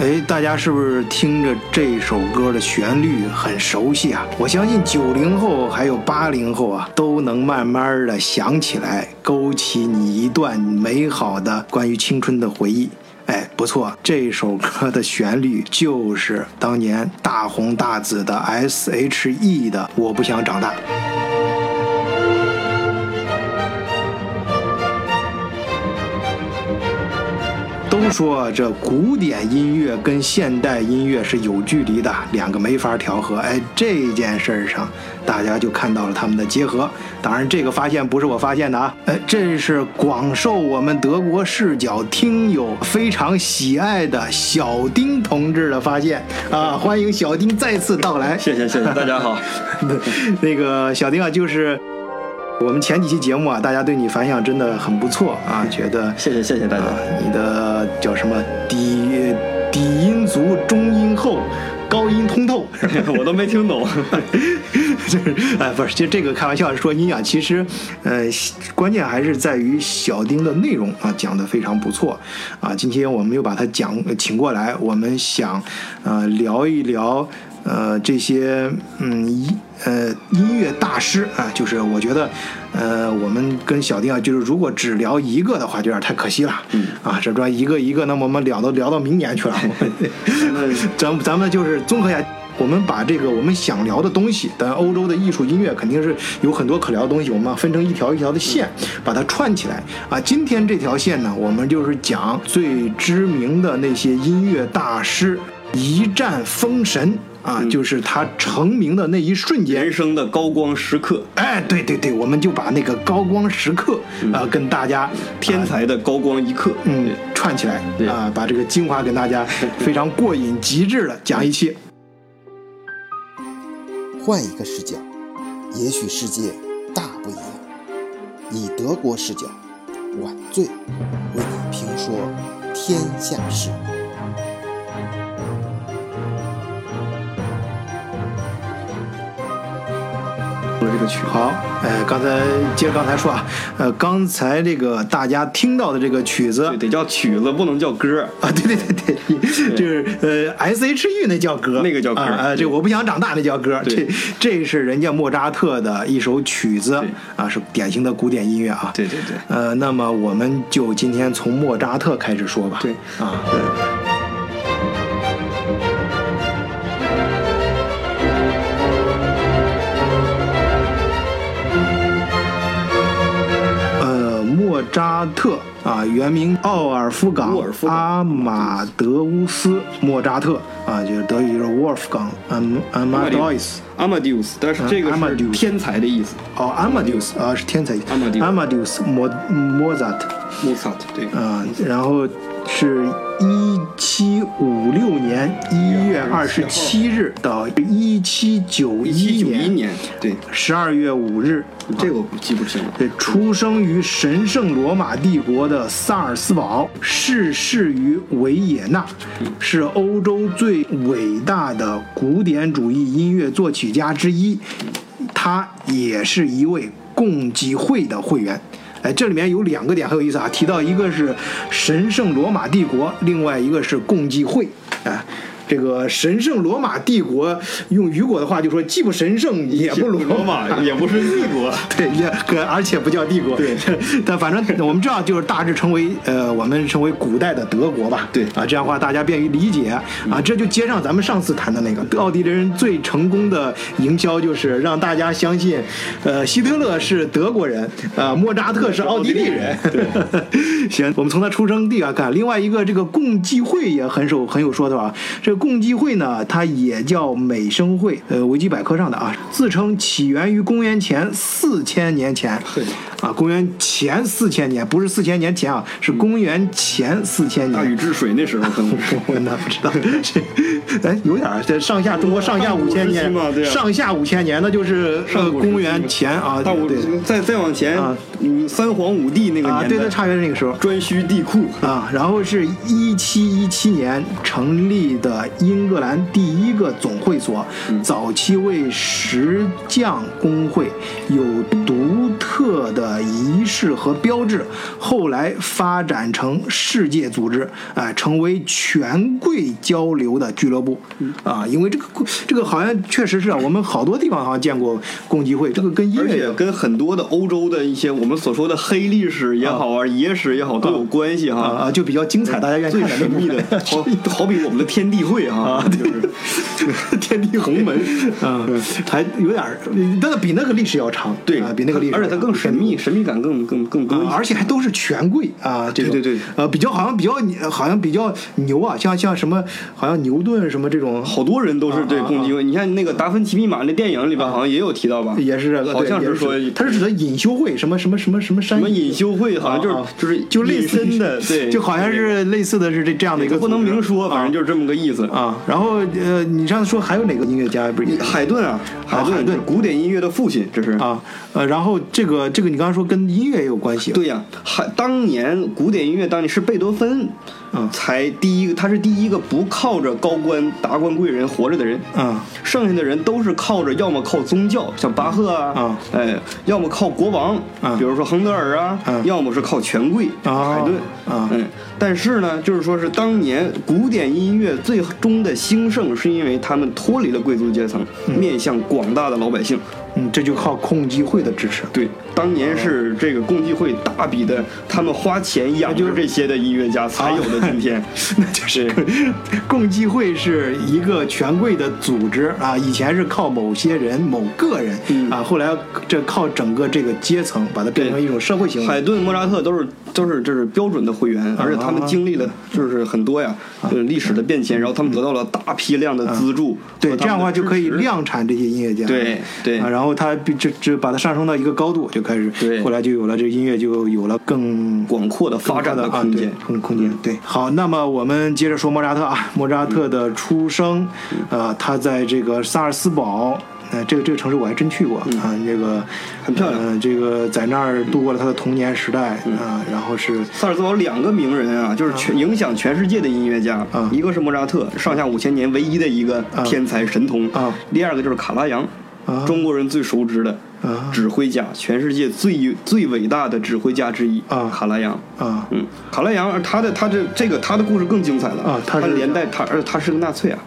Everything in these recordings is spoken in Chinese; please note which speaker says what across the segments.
Speaker 1: 哎，大家是不是听着这首歌的旋律很熟悉啊？我相信九零后还有八零后啊，都能慢慢的想起来，勾起你一段美好的关于青春的回忆。哎，不错，这首歌的旋律就是当年大红大紫的 S.H.E 的《我不想长大》。都说这古典音乐跟现代音乐是有距离的，两个没法调和。哎，这件事儿上，大家就看到了他们的结合。当然，这个发现不是我发现的啊，哎，这是广受我们德国视角听友非常喜爱的小丁同志的发现啊！欢迎小丁再次到来。
Speaker 2: 谢谢谢谢，大家好。
Speaker 1: 那个小丁啊，就是。我们前几期节目啊，大家对你反响真的很不错啊，觉得
Speaker 2: 谢谢谢谢大家
Speaker 1: 啊，你的叫什么底底音足，中音厚，高音通透。
Speaker 2: 我都没听 懂。
Speaker 1: 就是哎，不是，就这个开玩笑说音啊，其实，呃，关键还是在于小丁的内容啊，讲的非常不错啊。今天我们又把他讲请过来，我们想呃聊一聊呃这些嗯音呃音乐大师啊，就是我觉得呃我们跟小丁啊，就是如果只聊一个的话，就有点太可惜了。嗯啊，这专一个一个，那么我们聊都聊到明年去了。咱咱们就是综合一下。我们把这个我们想聊的东西，但欧洲的艺术音乐肯定是有很多可聊的东西，我们要分成一条一条的线，把它串起来啊。今天这条线呢，我们就是讲最知名的那些音乐大师一战封神啊，就是他成名的那一瞬间
Speaker 2: 人生的高光时刻，
Speaker 1: 哎，对对对，我们就把那个高光时刻啊、呃跟大家
Speaker 2: 天才的高光一刻。
Speaker 1: 嗯串起来
Speaker 2: 对
Speaker 1: 啊、把这个精华跟大 家非常过瘾极致的讲一期。
Speaker 3: 换一个视角，也许世界大不一样。以德国视角，晚醉为你评说天下事。
Speaker 2: 出了这个曲，
Speaker 1: 好，呃，刚才接着刚才说啊，呃，刚才这个大家听到的这个曲子
Speaker 2: 对，得叫曲子，不能叫歌。
Speaker 1: 啊，对对对对，就是呃，S H E 那叫歌，
Speaker 2: 那个叫歌
Speaker 1: 啊，啊这
Speaker 2: 对
Speaker 1: 我不想长大那叫歌，这
Speaker 2: 对
Speaker 1: 这是人家莫扎特的一首曲子
Speaker 2: 对
Speaker 1: 啊，是典型的古典音乐啊。
Speaker 2: 对对对
Speaker 1: 呃，那么我们就今天从莫扎特开始说吧。
Speaker 2: 对
Speaker 1: 啊，呃，莫扎特啊，原名奥尔夫冈
Speaker 2: 沃尔夫冈
Speaker 1: 阿马德乌斯莫扎特啊，就是德语就是 Wolfgang Am Amadeus。
Speaker 2: 嗯 Amadeus，但是这个是
Speaker 1: Amadeus
Speaker 2: 天才的意思。
Speaker 1: 哦，Amadeus 啊是天才
Speaker 2: Amadeus
Speaker 1: Amadeus 莫莫扎特
Speaker 2: Mozart，对，
Speaker 1: 啊，然后是一七五六年一月二十七日到一七九
Speaker 2: 一七
Speaker 1: 一
Speaker 2: 九一
Speaker 1: 年
Speaker 2: 年，对，
Speaker 1: 十二月五日，
Speaker 2: 这个我记不清了。
Speaker 1: 对，出生于神圣罗马帝国的萨尔斯堡，逝世于维也纳，是欧洲最伟大的古典主义音乐作曲家之一。他也是一位共济会的会员。哎，这里面有两个点很有意思啊，提到一个是神圣罗马帝国，另外一个是共济会。哎，这个神圣罗马帝国，用雨果的话就说，既不神圣也不罗
Speaker 2: 罗 马也不是帝国，
Speaker 1: 对，也可而且不叫帝国。
Speaker 2: 对，
Speaker 1: 但反正我们知道，就是大致成为呃，我们成为古代的德国吧。
Speaker 2: 对
Speaker 1: 啊，这样的话大家便于理解啊。这就接上咱们上次谈的那个，奥地利人最成功的营销就是让大家相信，呃，希特勒是德国人，呃，莫扎特是奥地利人。对， 行，我们从他出生地啊看，另外一个这个共济会也很有很有说头啊。这个共济会呢，它也叫美生会，呃，维基百科上的啊，自称起源于公元前四千年前。
Speaker 2: 对
Speaker 1: 啊，公元前四千年，不是四千年前啊，是公元前四千年。
Speaker 2: 大禹治水那时候 可能是
Speaker 1: 我哪不知道？这哎，有点儿这上下中国上下五千
Speaker 2: 上
Speaker 1: 年
Speaker 2: 古时期嘛对啊
Speaker 1: 上下五千年，那就是呃
Speaker 2: 上古时期
Speaker 1: 公元前啊，
Speaker 2: 大
Speaker 1: 对
Speaker 2: 武
Speaker 1: 对
Speaker 2: 再再往前
Speaker 1: 啊，
Speaker 2: 嗯，三皇五帝那个
Speaker 1: 啊，
Speaker 2: 年代，
Speaker 1: 对，那差不多是那个时候。
Speaker 2: 颛顼帝喾，
Speaker 1: 啊，然后是一七一七年成立的英格兰第一个总会
Speaker 2: 嗯
Speaker 1: 所，早期为石匠工会有独特特的仪式和标志，后来发展成世界组织，哎、成为权贵交流的俱乐部
Speaker 2: 嗯
Speaker 1: 啊。因为这个这个好像确实是啊，我们好多地方好像见过共济会，这个跟音
Speaker 2: 而
Speaker 1: 乐
Speaker 2: 且
Speaker 1: 有
Speaker 2: 跟很多的欧洲的一些我们所说的黑历史也好啊、野史也好都有关系
Speaker 1: 啊
Speaker 2: 哈。
Speaker 1: 啊就比较精彩，大家愿意
Speaker 2: 最
Speaker 1: 看的那啊
Speaker 2: 神
Speaker 1: 部
Speaker 2: 秘 的，好好比我们的天地会哈，就是天地鸿门，
Speaker 1: 嗯，还有点儿，但是比那个历史要长，
Speaker 2: 对
Speaker 1: 啊，比那个历史要
Speaker 2: 而
Speaker 1: 长，
Speaker 2: 且它更神秘，神秘感更更更多一
Speaker 1: 啊，
Speaker 2: 些。
Speaker 1: 而且还都是权贵啊，这种
Speaker 2: 对对对
Speaker 1: 呃，比较好像比较好像比较牛啊，像像什么，好像牛顿什么这种，
Speaker 2: 好多人都是对
Speaker 1: 啊啊
Speaker 2: 共济会，你看那个《达芬奇密码》那电影里边好像也有提到吧？
Speaker 1: 啊也是这个，
Speaker 2: 好
Speaker 1: 对
Speaker 2: 像
Speaker 1: 也
Speaker 2: 是
Speaker 1: 是
Speaker 2: 说
Speaker 1: 他是指的隐修会，什么什么什么什么山，
Speaker 2: 什么隐修会，好像就是、
Speaker 1: 啊啊
Speaker 2: 就是
Speaker 1: 就类似
Speaker 2: 隐身的，对，
Speaker 1: 就好像是类似的是这这样的一个
Speaker 2: 不能
Speaker 1: 组织
Speaker 2: 明说，反正就是这么个意思。
Speaker 1: 啊。然后呃，你上次说还有哪个音乐家不是也
Speaker 2: 海顿啊，海
Speaker 1: 海
Speaker 2: 顿，
Speaker 1: 顿
Speaker 2: 是古典音乐的父亲，这是。
Speaker 1: 啊？呃，然后这个这个你刚刚说跟音乐也有关系，啊
Speaker 2: 对呀、还当年古典音乐当年是贝多芬，
Speaker 1: 嗯
Speaker 2: 才第一个，他是第一个不靠着高官达官贵人活着的人，
Speaker 1: 啊
Speaker 2: 剩下的人都是靠着要么靠宗教，像巴赫啊，
Speaker 1: 嗯
Speaker 2: 哎，要么靠国王，
Speaker 1: 嗯
Speaker 2: 比如说亨德尔啊，
Speaker 1: 嗯
Speaker 2: 要么是靠权贵，
Speaker 1: 哦
Speaker 2: 海顿，
Speaker 1: 嗯
Speaker 2: 嗯，但是呢，就是说是当年古典音乐最终的兴盛，是因为他们脱离了贵族阶层，面向广大的老百姓。
Speaker 1: 嗯，这就靠共济会的支持。
Speaker 2: 对，当年是这个共济会大笔的，他们花钱养着这些的音乐家，才有的今 天。
Speaker 1: 那就是共济会是一个权贵的组织啊，以前是靠某些人、某个人、
Speaker 2: 嗯
Speaker 1: 啊，后来这靠整个这个阶层把它变成一种社会行
Speaker 2: 海
Speaker 1: 为。
Speaker 2: 顿、莫扎特都是都是这是标准的会员，而且他们经历了就是很多呀，就是历史的变迁，然后他们得到了大批量的资助，
Speaker 1: 对，
Speaker 2: 和
Speaker 1: 这
Speaker 2: 他
Speaker 1: 样
Speaker 2: 们
Speaker 1: 的话就可以
Speaker 2: 支持。
Speaker 1: 量产这些音乐家。
Speaker 2: 对对
Speaker 1: 啊，然后他比这这把它上升到一个高度，就开始，
Speaker 2: 对
Speaker 1: 后来就有了这音乐就有了更
Speaker 2: 广阔的发展的
Speaker 1: 啊，
Speaker 2: 空
Speaker 1: 对
Speaker 2: 间，嗯
Speaker 1: 空空间对。好，那么我们接着说莫扎特啊，莫扎特的出生，
Speaker 2: 嗯
Speaker 1: 呃，他在这个萨尔斯堡。呃，这个这个城市我还真去过、啊，这个
Speaker 2: 嗯很漂亮嗯
Speaker 1: 呃这个在那儿度过了他的童年时代啊、然后是
Speaker 2: 萨尔茨堡两个名人啊，就是全影响全世界的音乐家
Speaker 1: 啊，
Speaker 2: 一个是莫扎特，上下五千年唯一的一个天才神童
Speaker 1: 啊；
Speaker 2: 第二个就是卡拉扬
Speaker 1: 啊，
Speaker 2: 中国人最熟知的
Speaker 1: 啊
Speaker 2: 指挥家，全世界最最伟大的指挥家之一
Speaker 1: 啊
Speaker 2: 卡拉扬。
Speaker 1: 啊
Speaker 2: 嗯，卡拉扬，而他的他这这个他的故事更精彩了
Speaker 1: 啊他
Speaker 2: 他
Speaker 1: 是
Speaker 2: 连带他，而且他是个纳粹啊，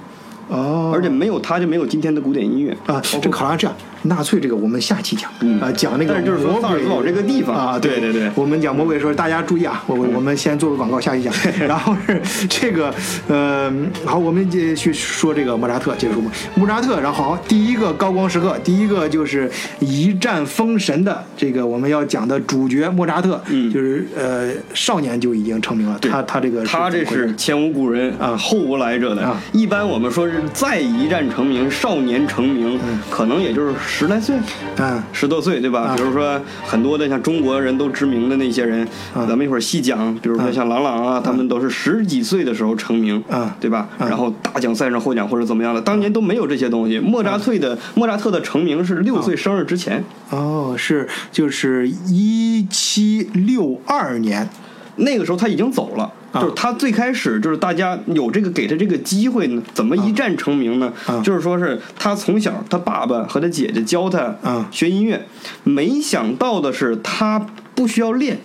Speaker 1: 哦，
Speaker 2: 而且没有他就没有今天的古典音乐
Speaker 1: 啊，这卡拉这样，纳粹这个我们下期讲、
Speaker 2: 嗯
Speaker 1: 啊，讲那个
Speaker 2: 但是就是说
Speaker 1: 魔
Speaker 2: 萨尔
Speaker 1: 鬼
Speaker 2: 茨堡这个地方
Speaker 1: 啊，
Speaker 2: 对对对
Speaker 1: 我们讲魔鬼的时候，大家注意啊，我我我们先做个广告，下期 讲。然后是这个呃，好，我们继续说这个莫扎特，结束嘛。莫扎特，然后好，第一个高光时刻，第一个就是一战封神的这个我们要讲的主角莫扎特，
Speaker 2: 嗯
Speaker 1: 就是呃少年就已经成名了，
Speaker 2: 对
Speaker 1: 他他这个
Speaker 2: 他这
Speaker 1: 怎么回
Speaker 2: 是
Speaker 1: 事
Speaker 2: 前无古人
Speaker 1: 啊
Speaker 2: 后无来者的。
Speaker 1: 啊
Speaker 2: 一般我们说是再一战成名，少年成名，可能也就是十来岁。
Speaker 1: 嗯。
Speaker 2: 十多岁对吧？
Speaker 1: 啊
Speaker 2: 比如说很多的像中国人都知名的那些人，
Speaker 1: 啊
Speaker 2: 咱们一会儿细讲。比如说像郎朗啊，他们都是十几岁的时候成名，
Speaker 1: 啊
Speaker 2: 对吧？然后大奖赛上获奖或者怎么样的，当年都没有这些东西。莫扎特的莫扎特的成名是六
Speaker 1: 啊
Speaker 2: 岁生日之前，
Speaker 1: 哦，是就是一七六二年，
Speaker 2: 那个时候他已经走了。
Speaker 1: 啊
Speaker 2: 就是他最开始就是大家有这个给他这个机会呢，怎么一战成名呢？
Speaker 1: 啊
Speaker 2: 就是说是他从小他爸爸和他姐姐教他
Speaker 1: 啊
Speaker 2: 学音乐，没想到的是他不需要练。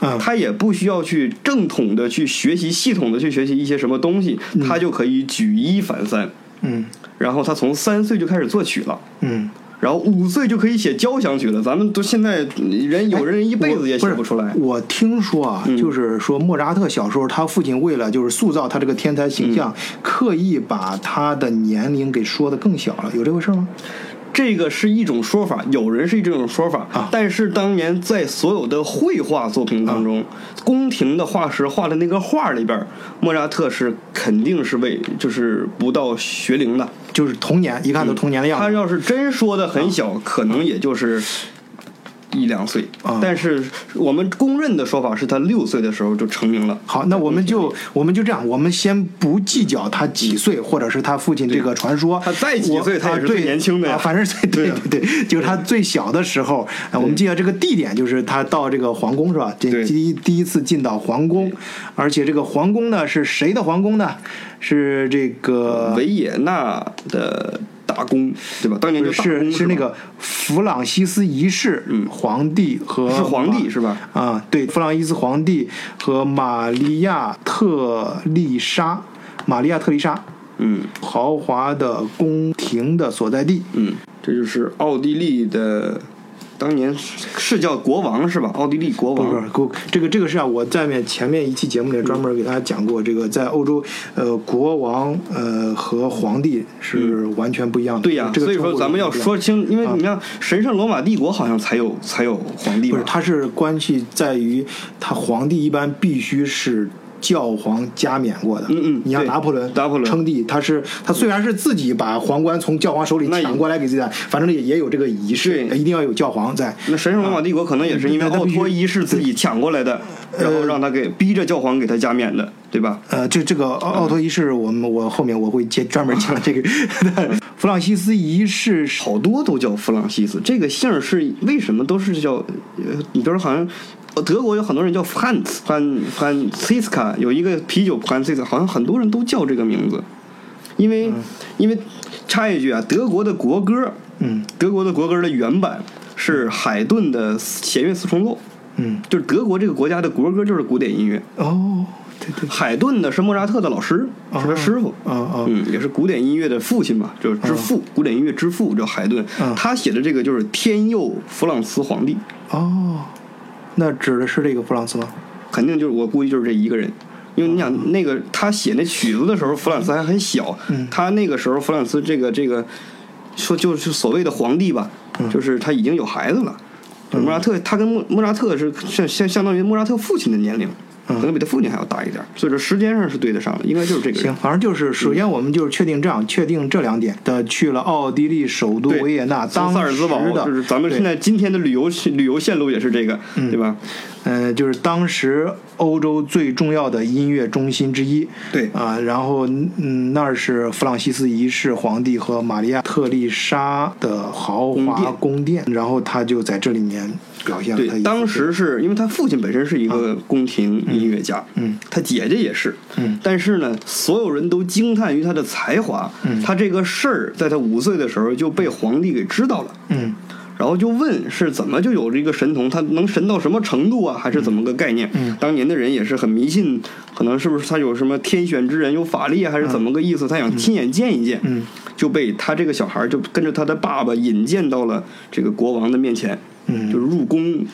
Speaker 1: 嗯，
Speaker 2: 他也不需要去正统的去学习、系统的去学习一些什么东西，他就可以举一反三。
Speaker 1: 嗯
Speaker 2: 然后他从三岁就开始作曲了，
Speaker 1: 嗯，
Speaker 2: 然后五岁就可以写交响曲了。咱们都现在人有人一辈子也写不出来
Speaker 1: 哎
Speaker 2: 嗯
Speaker 1: 我。我听说啊，就是说莫扎特小时候，他父亲为了就是塑造他这个天才形象，
Speaker 2: 嗯
Speaker 1: 刻意把他的年龄给说的更小了，有这回事吗？
Speaker 2: 这个是一种说法，有人是这种说法，
Speaker 1: 啊
Speaker 2: 但是当年在所有的绘画作品当
Speaker 1: 啊
Speaker 2: 中，宫廷的画师画的那个画里边，莫扎特是肯定是为就是不到学龄的。
Speaker 1: 就是童年，一
Speaker 2: 嗯
Speaker 1: 看都童年的样
Speaker 2: 他
Speaker 1: 子。
Speaker 2: 要是真说的很小，可能也就是一两岁。
Speaker 1: 啊
Speaker 2: 但是我们公认的说法是他六岁的时候就成名了。
Speaker 1: 好，那我们就我们就这样，我们先不计较他几岁，或者是他父亲这个传说。
Speaker 2: 他再几
Speaker 1: 我
Speaker 2: 岁他也
Speaker 1: 啊
Speaker 2: 是
Speaker 1: 对
Speaker 2: 最年轻的呀
Speaker 1: 啊反正最对
Speaker 2: 对啊
Speaker 1: 对对，就是他最小的时候。啊我们记下这个地点，就是他到这个皇宫是吧？这
Speaker 2: 对
Speaker 1: 第一第一次进到皇宫，而且这个皇
Speaker 2: 呃
Speaker 1: 宫呢是谁的皇宫呢？是这个
Speaker 2: 维也纳的达打工，对吧？当年就打工
Speaker 1: 是
Speaker 2: 是吧
Speaker 1: 那个弗朗西斯一世
Speaker 2: 嗯
Speaker 1: 皇帝和
Speaker 2: 是皇帝
Speaker 1: 马
Speaker 2: 是吧？
Speaker 1: 啊，对，弗朗西斯皇帝和玛利亚特丽莎，玛利亚特丽莎
Speaker 2: 嗯
Speaker 1: 豪华的宫廷的所在地。
Speaker 2: 嗯，这就是奥地利的，当年是是叫国王是吧？奥地利国
Speaker 1: 不
Speaker 2: 王
Speaker 1: 是不是，这个这个是啊，我在面前面一期节目里专门给大家讲过，这个在欧洲，呃，国王呃和皇帝是完全不一样的。
Speaker 2: 嗯对呀、
Speaker 1: 这个
Speaker 2: 所以
Speaker 1: 称
Speaker 2: 说
Speaker 1: 呼
Speaker 2: 咱们
Speaker 1: 是
Speaker 2: 要
Speaker 1: 不一样的啊
Speaker 2: 说清，因为你看神圣罗马帝国好像才有才有皇帝
Speaker 1: 不
Speaker 2: 吧
Speaker 1: 是，？它是关系在于，他皇帝一般必须是教皇加冕过的。
Speaker 2: 嗯嗯
Speaker 1: 你像
Speaker 2: 对
Speaker 1: 拿破仑，
Speaker 2: 拿破仑
Speaker 1: 称帝，他是他虽然是自己把皇冠从教皇手里
Speaker 2: 那也
Speaker 1: 抢过来给自己的，反正也也有这个仪式，
Speaker 2: 对
Speaker 1: 一定要有教皇在。
Speaker 2: 那神圣罗马帝国可能也是因为
Speaker 1: 那那
Speaker 2: 奥
Speaker 1: 必须
Speaker 2: 托一世自己抢过来的，然后让他给逼着教皇给他加冕的，对吧？
Speaker 1: 呃，这这个奥奥托一世，我们我后面我会接专门讲这个 弗朗西斯一世是。
Speaker 2: 好多都叫弗朗西斯，这个姓儿是为什么都是叫？呃，你比如好像呃德国有很多人叫 Franz Fran Franciska，有一个啤酒 Franciska，好像很多人都叫这个名字，因为、因为插一句啊，德国的国歌，
Speaker 1: 嗯
Speaker 2: 德国的国歌的原版是海顿的《弦乐四重奏》，
Speaker 1: 嗯
Speaker 2: 就是德国这个国家的国歌就是古典音乐。
Speaker 1: 哦，对对，
Speaker 2: 海顿呢是莫扎特的老师，是他师傅。
Speaker 1: 哦哦
Speaker 2: 嗯，也是古典音乐的父亲嘛，就是之父，古典音乐之父叫海顿。
Speaker 1: 嗯
Speaker 2: 他写的这个就是天佑弗朗茨皇帝，
Speaker 1: 哦，那指的是这个弗朗茨吗？
Speaker 2: 肯定就是我估计就是这一个人。因为你
Speaker 1: 哦
Speaker 2: 想，那个他写那曲子的时候，弗朗茨还很小，
Speaker 1: 嗯
Speaker 2: 他那个时候弗朗茨这个这个说就是所谓的皇帝吧，
Speaker 1: 嗯
Speaker 2: 就是他已经有孩子了。就莫扎特，他跟莫莫扎特是相相相当于莫扎特父亲的年龄，
Speaker 1: 嗯
Speaker 2: 可能比他父亲还要大一点，所以说时间上是对得上的，应该就是这个人。
Speaker 1: 行，反正就是首先我们就是确定这样，确定这两点的，去了奥地利首都
Speaker 2: 对
Speaker 1: 维也纳，
Speaker 2: 从
Speaker 1: 当
Speaker 2: 萨尔茨堡
Speaker 1: 时
Speaker 2: 就
Speaker 1: 的，
Speaker 2: 是咱们现在今天的旅游旅游线路也是这个，
Speaker 1: 嗯
Speaker 2: 对吧？
Speaker 1: 呃，就是当时欧洲最重要的音乐中心之一。
Speaker 2: 对
Speaker 1: 啊，然后嗯，那儿是弗朗西斯一世皇帝和玛利亚特丽莎的豪
Speaker 2: 宫
Speaker 1: 华
Speaker 2: 殿
Speaker 1: 宫殿，然后他就在这里面表现了他
Speaker 2: 对，
Speaker 1: 一
Speaker 2: 当
Speaker 1: 次
Speaker 2: 时是因为他父亲本身是一个宫廷音乐家，
Speaker 1: 嗯，
Speaker 2: 他姐姐也是，
Speaker 1: 嗯，
Speaker 2: 但是呢，所有人都惊叹于他的才华，嗯，他这个事儿在他五岁的时候就被皇帝给知道了，
Speaker 1: 嗯
Speaker 2: 然后就问是怎么就有这个神童，他能神到什么程度啊？还是怎么个概念？
Speaker 1: 嗯
Speaker 2: 当年的人也是很迷信，可能是不是他有什么天选之人有法力啊，还是怎么个意思？他想亲眼见一见，
Speaker 1: 嗯
Speaker 2: 就被他这个小孩儿就跟着他的爸爸引荐到了这个国王的面前，
Speaker 1: 嗯
Speaker 2: 就入宫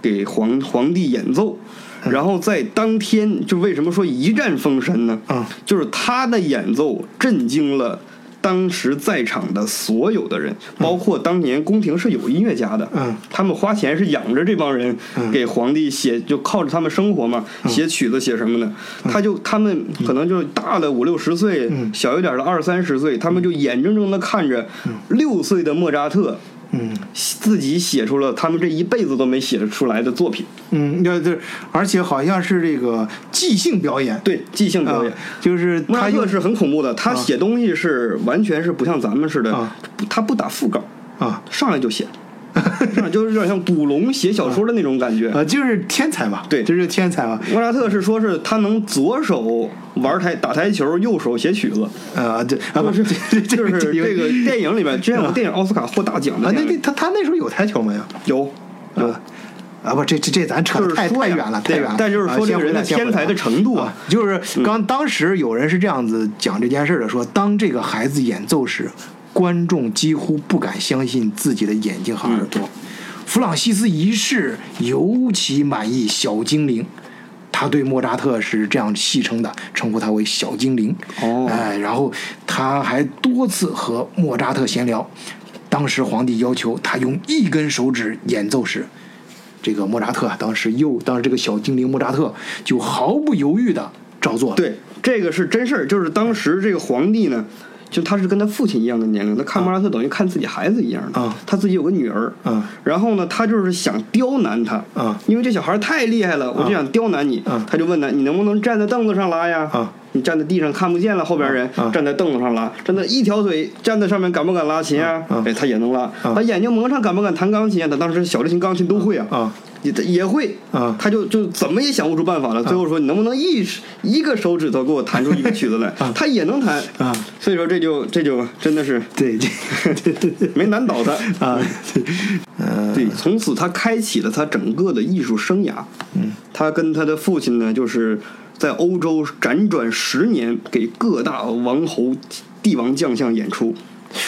Speaker 2: 给皇皇帝演奏。
Speaker 1: 嗯
Speaker 2: 然后在当天，就为什么说一战封神呢？
Speaker 1: 啊
Speaker 2: 就是他的演奏震惊了当时在场的所有的人，包括当年宫廷是有音乐家的，
Speaker 1: 嗯
Speaker 2: 他们花钱是养着这帮人
Speaker 1: 嗯
Speaker 2: 给皇帝写，就靠着他们生活嘛，写曲子写什么的，他就他们可能就是大的五六十岁，
Speaker 1: 嗯
Speaker 2: 小一点的二三十岁，他们就眼睁睁的看着六岁的莫扎特。
Speaker 1: 嗯
Speaker 2: 自己写出了他们这一辈子都没写出来的作品，
Speaker 1: 嗯，要对，而且好像是这个即兴表演，
Speaker 2: 对即兴表演
Speaker 1: 啊，，就是
Speaker 2: 莫
Speaker 1: 他
Speaker 2: 扎
Speaker 1: 又
Speaker 2: 特是很恐怖的，他写东西是完全是不像咱们似的
Speaker 1: 啊，
Speaker 2: 不他不打副稿，
Speaker 1: 啊
Speaker 2: 上来就写，上来就是有点像古龙写小说的那种感觉。
Speaker 1: 啊，就是天才嘛，
Speaker 2: 对
Speaker 1: 就是天才嘛，
Speaker 2: 莫扎特是说是他能左手玩台打台球，右手写曲子，
Speaker 1: 呃，对啊，不
Speaker 2: 就是
Speaker 1: 这这
Speaker 2: 就是这个电影里面，之前有个电影奥斯卡获大奖的
Speaker 1: 啊，那
Speaker 2: 电
Speaker 1: 那
Speaker 2: 影
Speaker 1: 他他那时候有台球没有？
Speaker 2: 有有
Speaker 1: 啊。啊不，这这这咱扯
Speaker 2: 就
Speaker 1: 得
Speaker 2: 是
Speaker 1: 太
Speaker 2: 说
Speaker 1: 太
Speaker 2: 呀
Speaker 1: 远了，
Speaker 2: 对
Speaker 1: 太远了。
Speaker 2: 但就是说
Speaker 1: 啊
Speaker 2: 这个人的
Speaker 1: 先回来
Speaker 2: 天才的程度啊
Speaker 1: 啊，就是刚当时有人是这样子讲这件事儿的，说当这个孩子演奏时，观众几乎不敢相信自己的眼睛和耳
Speaker 2: 嗯
Speaker 1: 朵。弗朗西斯一世尤其满意小精灵。他对莫扎特是这样戏称的，称呼他为“小精灵”。
Speaker 2: 哦
Speaker 1: 哎，然后他还多次和莫扎特闲聊。当时皇帝要求他用一根手指演奏时，这个莫扎特啊当时又当时这个小精灵莫扎特就毫不犹豫的照做了。，
Speaker 2: 对，这个是真事儿，就是当时这个皇帝呢，就他是跟他父亲一样的年龄，他看莫扎特等于看自己孩子一样的，
Speaker 1: 啊
Speaker 2: 他自己有个女儿，
Speaker 1: 嗯
Speaker 2: 然后呢，他就是想刁难他，
Speaker 1: 啊
Speaker 2: 因为这小孩太厉害了，我就想刁难你，
Speaker 1: 啊
Speaker 2: 他就问他，你能不能站在凳子上拉呀？
Speaker 1: 啊
Speaker 2: 你站在地上看不见了，后边人
Speaker 1: 嗯嗯
Speaker 2: 站在凳子上拉，站在一条腿站在上面敢不敢拉琴啊？
Speaker 1: 嗯嗯
Speaker 2: 哎，他也能拉。
Speaker 1: 嗯
Speaker 2: 他眼睛蒙上敢不敢弹钢琴啊？他当时小提琴、钢琴都会啊。
Speaker 1: 啊
Speaker 2: 也也会
Speaker 1: 嗯
Speaker 2: 他就就怎么也想不出办法
Speaker 1: 啊
Speaker 2: 了。最后说你能不能一一个手指头给我弹出一个曲子来？他也能弹，
Speaker 1: 啊，
Speaker 2: 所以说这就这就真的是
Speaker 1: 对，这 对对对
Speaker 2: 没难倒他。
Speaker 1: 啊，对，嗯
Speaker 2: 对，从此他开启了他整个的艺术生涯。嗯，他跟他的父亲呢，就是在欧洲辗转十年，给各大王侯、帝王将相演出。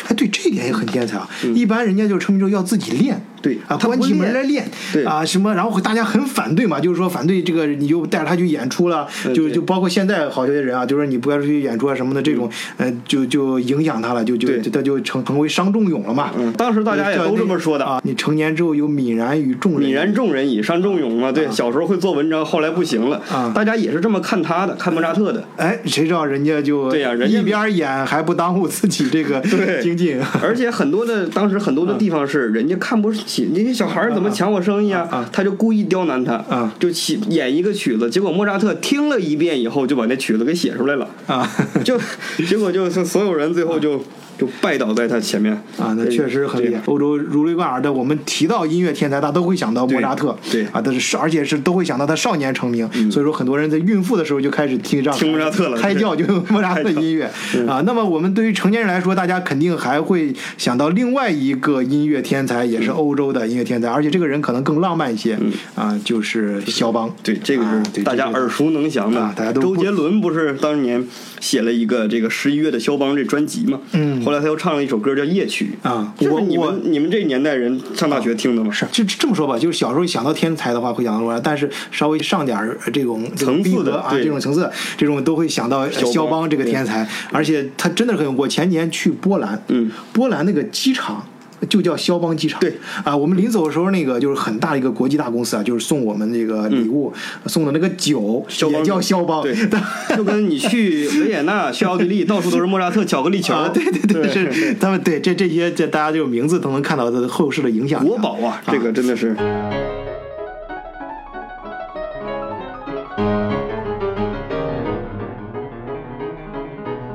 Speaker 1: 哎，对，这一点也很天才啊！一般人家就称之为要自己练，
Speaker 2: 嗯对
Speaker 1: 啊，
Speaker 2: 他不
Speaker 1: 关起门
Speaker 2: 练
Speaker 1: 来练，
Speaker 2: 对
Speaker 1: 啊，什么，然后大家很反对嘛，就是说反对这个，你就带着他去演出了，就
Speaker 2: 嗯对
Speaker 1: 就包括现在好些人啊，就是你不要出去演出啊什么的，这种，呃，就就影响他了，就就
Speaker 2: 嗯对
Speaker 1: 就他就成成为伤仲永了嘛。
Speaker 2: 嗯，当时大家也
Speaker 1: 叫
Speaker 2: 都
Speaker 1: 那
Speaker 2: 这么说的
Speaker 1: 啊，你成年之后有泯然于众人，
Speaker 2: 泯然众人矣，伤仲永嘛。对，小时候会做文章，后来不行了
Speaker 1: 啊。
Speaker 2: 大家也是这么看他的，看莫扎特的。
Speaker 1: 哎，谁知道人家就
Speaker 2: 对呀人家
Speaker 1: 一边演还不耽误自己这个
Speaker 2: 对
Speaker 1: 精进，
Speaker 2: 而且很多的当时很多的地方是人家看不起，那些小孩儿怎么抢我生意
Speaker 1: 啊
Speaker 2: 啊
Speaker 1: 啊？
Speaker 2: 他就故意刁难他
Speaker 1: 啊，
Speaker 2: 就起演一个曲子，结果莫扎特听了一遍以后就把那曲子给写出来了，
Speaker 1: 啊。
Speaker 2: 就结果就是所有人最后就就拜倒在他前面
Speaker 1: 啊，那确实很厉害。欧洲如雷贯耳的，我们提到音乐天才，大家都会想到莫扎特，
Speaker 2: 对对嗯
Speaker 1: 啊，但是而且是都会想到他少年成名，所以说很多人在孕妇的时候就开始听这样
Speaker 2: 听莫扎特了
Speaker 1: 开窍就莫扎特音乐啊。那么我们对于成年人来说，大家肯定还会想到另外一个音乐天才，也是
Speaker 2: 嗯
Speaker 1: 欧洲的音乐天才，而且这个人可能更浪漫一些啊，就是肖邦。
Speaker 2: 对，这个
Speaker 1: 啊
Speaker 2: 是
Speaker 1: 对
Speaker 2: 大家
Speaker 1: 这个
Speaker 2: 耳熟能详的。
Speaker 1: 啊大家都
Speaker 2: 周
Speaker 1: 不
Speaker 2: 杰伦不是当年写了一个这个十一月的肖邦这专辑嘛？
Speaker 1: 嗯
Speaker 2: 后来他又唱了一首歌叫《夜曲》
Speaker 1: 啊
Speaker 2: 这
Speaker 1: 我
Speaker 2: 是你
Speaker 1: 我
Speaker 2: 们你们这年代人上大学听的吗？
Speaker 1: 是，就这么说吧，就是小时候想到天才的话，会想到罗兰，但是稍微上点儿呃这种这种
Speaker 2: 层次
Speaker 1: 逼格
Speaker 2: 的
Speaker 1: 啊，
Speaker 2: 对
Speaker 1: 这种层次，这种都会想到呃
Speaker 2: 肖邦
Speaker 1: 肖邦这个天才，而且他真的是很有。我前年去波兰，
Speaker 2: 嗯，
Speaker 1: 波兰那个机场。就叫肖邦机场。
Speaker 2: 对
Speaker 1: 啊，我们临走的时候，那个就是很大的一个国际大公司啊，就是送我们这个礼物，送的那个酒
Speaker 2: 嗯肖邦
Speaker 1: 也叫肖邦。
Speaker 2: 对哦 就跟你去维也 纳、去奥地利，到处都是莫扎特巧克力球，
Speaker 1: 啊，对对对，
Speaker 2: 对
Speaker 1: 是 他们对这这些这大家这种名字都能看到它的后世的影响力啊。
Speaker 2: 国宝啊，这个真的是。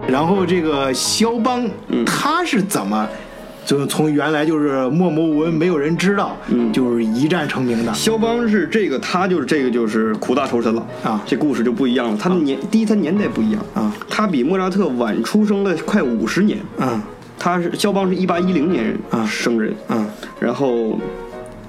Speaker 1: 然后这个肖邦，他是怎么，就是从原来就是默默无闻，没有人知道，就是一战成名的。
Speaker 2: 肖邦是这个，他就是这个，就是苦大仇深了
Speaker 1: 啊
Speaker 2: 这故事就不一样了，他的年第一，他年代不一样
Speaker 1: 啊，
Speaker 2: 他比莫扎特晚出生了快五十年，
Speaker 1: 嗯
Speaker 2: 他是肖邦是一八一零年
Speaker 1: 啊
Speaker 2: 生人，
Speaker 1: 嗯
Speaker 2: 然后，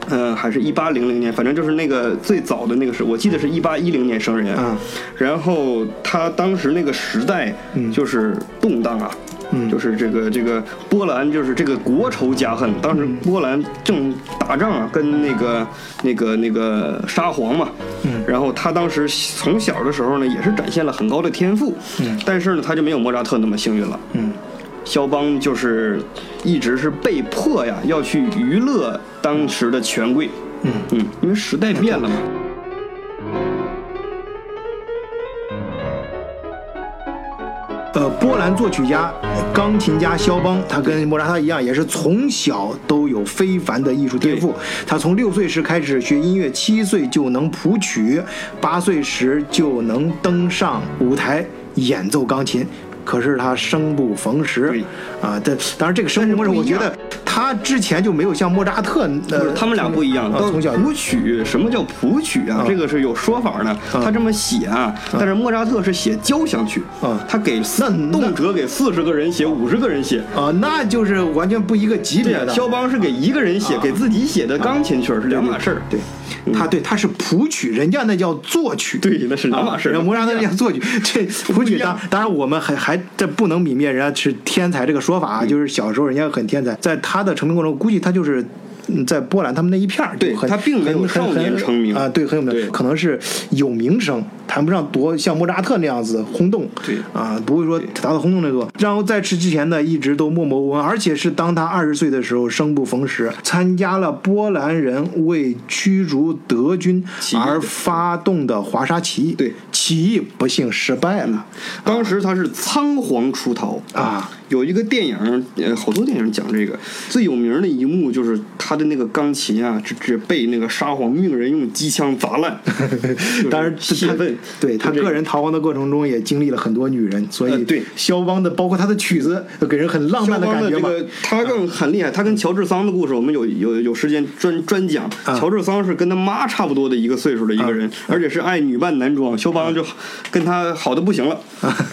Speaker 2: 呃，还是一八零零年，反正就是那个最早的那个时候，我记得是一八一零年生人。
Speaker 1: 嗯，
Speaker 2: 然后他当时那个时代就是动荡啊。
Speaker 1: 嗯
Speaker 2: 就是这个这个波兰，就是这个国仇家恨。当时波兰正打仗啊，跟那个那个那个沙皇嘛。
Speaker 1: 嗯
Speaker 2: 然后他当时从小的时候呢，也是展现了很高的天赋。
Speaker 1: 嗯
Speaker 2: 但是呢，他就没有莫扎特那么幸运了。
Speaker 1: 嗯
Speaker 2: 肖邦就是一直是被迫呀要去娱乐当时的权贵，
Speaker 1: 嗯，
Speaker 2: 嗯，因为时代变了嘛。
Speaker 1: 呃，波兰作曲家、呃钢琴家肖邦，他跟莫扎特一样，也是从小都有非凡的艺术天赋。他从六岁时开始学音乐，七岁就能谱曲，八岁时就能登上舞台演奏钢琴。可是他生不逢时
Speaker 2: 对，
Speaker 1: 啊，但当然这个生不逢时，
Speaker 2: 但是
Speaker 1: 我
Speaker 2: 不一
Speaker 1: 觉
Speaker 2: 样
Speaker 1: 得他之前就没有像莫扎特，
Speaker 2: 不
Speaker 1: 呃，
Speaker 2: 是他们俩不一样，
Speaker 1: 啊
Speaker 2: 都是
Speaker 1: 从小
Speaker 2: 谱曲，什么叫谱曲
Speaker 1: 嗯
Speaker 2: 啊？这个是有说法的，他这么写啊。但是莫扎特是写交响曲
Speaker 1: 嗯，
Speaker 2: 他给四
Speaker 1: 那
Speaker 2: 动辄给四十个人写，五十个人写。
Speaker 1: 啊，那就是完全不一个级别
Speaker 2: 对啊，
Speaker 1: 的。
Speaker 2: 肖邦是给一个人写，给自己写的钢琴曲儿是两码事儿。
Speaker 1: 嗯
Speaker 2: 嗯
Speaker 1: 对，他对他是谱曲，人家那叫作曲。
Speaker 2: 对，那是两码事
Speaker 1: 啊
Speaker 2: 儿
Speaker 1: 人。摩扎特那叫作曲，这谱曲当当然我们还还这不能泯灭人家是天才这个说法
Speaker 2: 嗯
Speaker 1: 啊，就是小时候人家很天才，在他的成名过程中，估计他就是。嗯在波兰，他们那一片儿就
Speaker 2: 对
Speaker 1: 很，
Speaker 2: 他并没有
Speaker 1: 很很
Speaker 2: 少年
Speaker 1: 很
Speaker 2: 成名
Speaker 1: 啊，对，很有
Speaker 2: 对
Speaker 1: 名，可能是有名声，谈不上多像莫扎特那样子轰动，
Speaker 2: 对
Speaker 1: 啊，不会说达到轰动那个。然后在此之前呢，一直都默默无闻，而且是当他二十岁的时候生不逢时，参加了波兰人为驱逐德军
Speaker 2: 起义的
Speaker 1: 而发动的华沙起义，
Speaker 2: 对
Speaker 1: 起义不幸失败了
Speaker 2: 当时他是仓皇出逃
Speaker 1: 啊。
Speaker 2: 有一个电影，呃，好多电影讲这个，最有名的一幕就是他的那个钢琴啊，直直被那个沙皇命人用机枪砸烂
Speaker 1: ，当然，
Speaker 2: 就是泄
Speaker 1: 他
Speaker 2: 愤。
Speaker 1: 对他
Speaker 2: 就这
Speaker 1: 个人逃亡的过程中，也经历了很多女人，所以
Speaker 2: 呃对
Speaker 1: 肖邦的包括他的曲子，呃给人很浪
Speaker 2: 肖
Speaker 1: 漫
Speaker 2: 邦
Speaker 1: 感
Speaker 2: 的
Speaker 1: 觉
Speaker 2: 这
Speaker 1: 嘛。
Speaker 2: 个他更很厉害，他跟乔治桑的故事我们有有有时间专专讲。
Speaker 1: 啊
Speaker 2: 乔治桑是跟他妈差不多的一个岁数的一个人，而且是爱女扮男装。肖
Speaker 1: 啊
Speaker 2: 邦就跟他好的不行 了。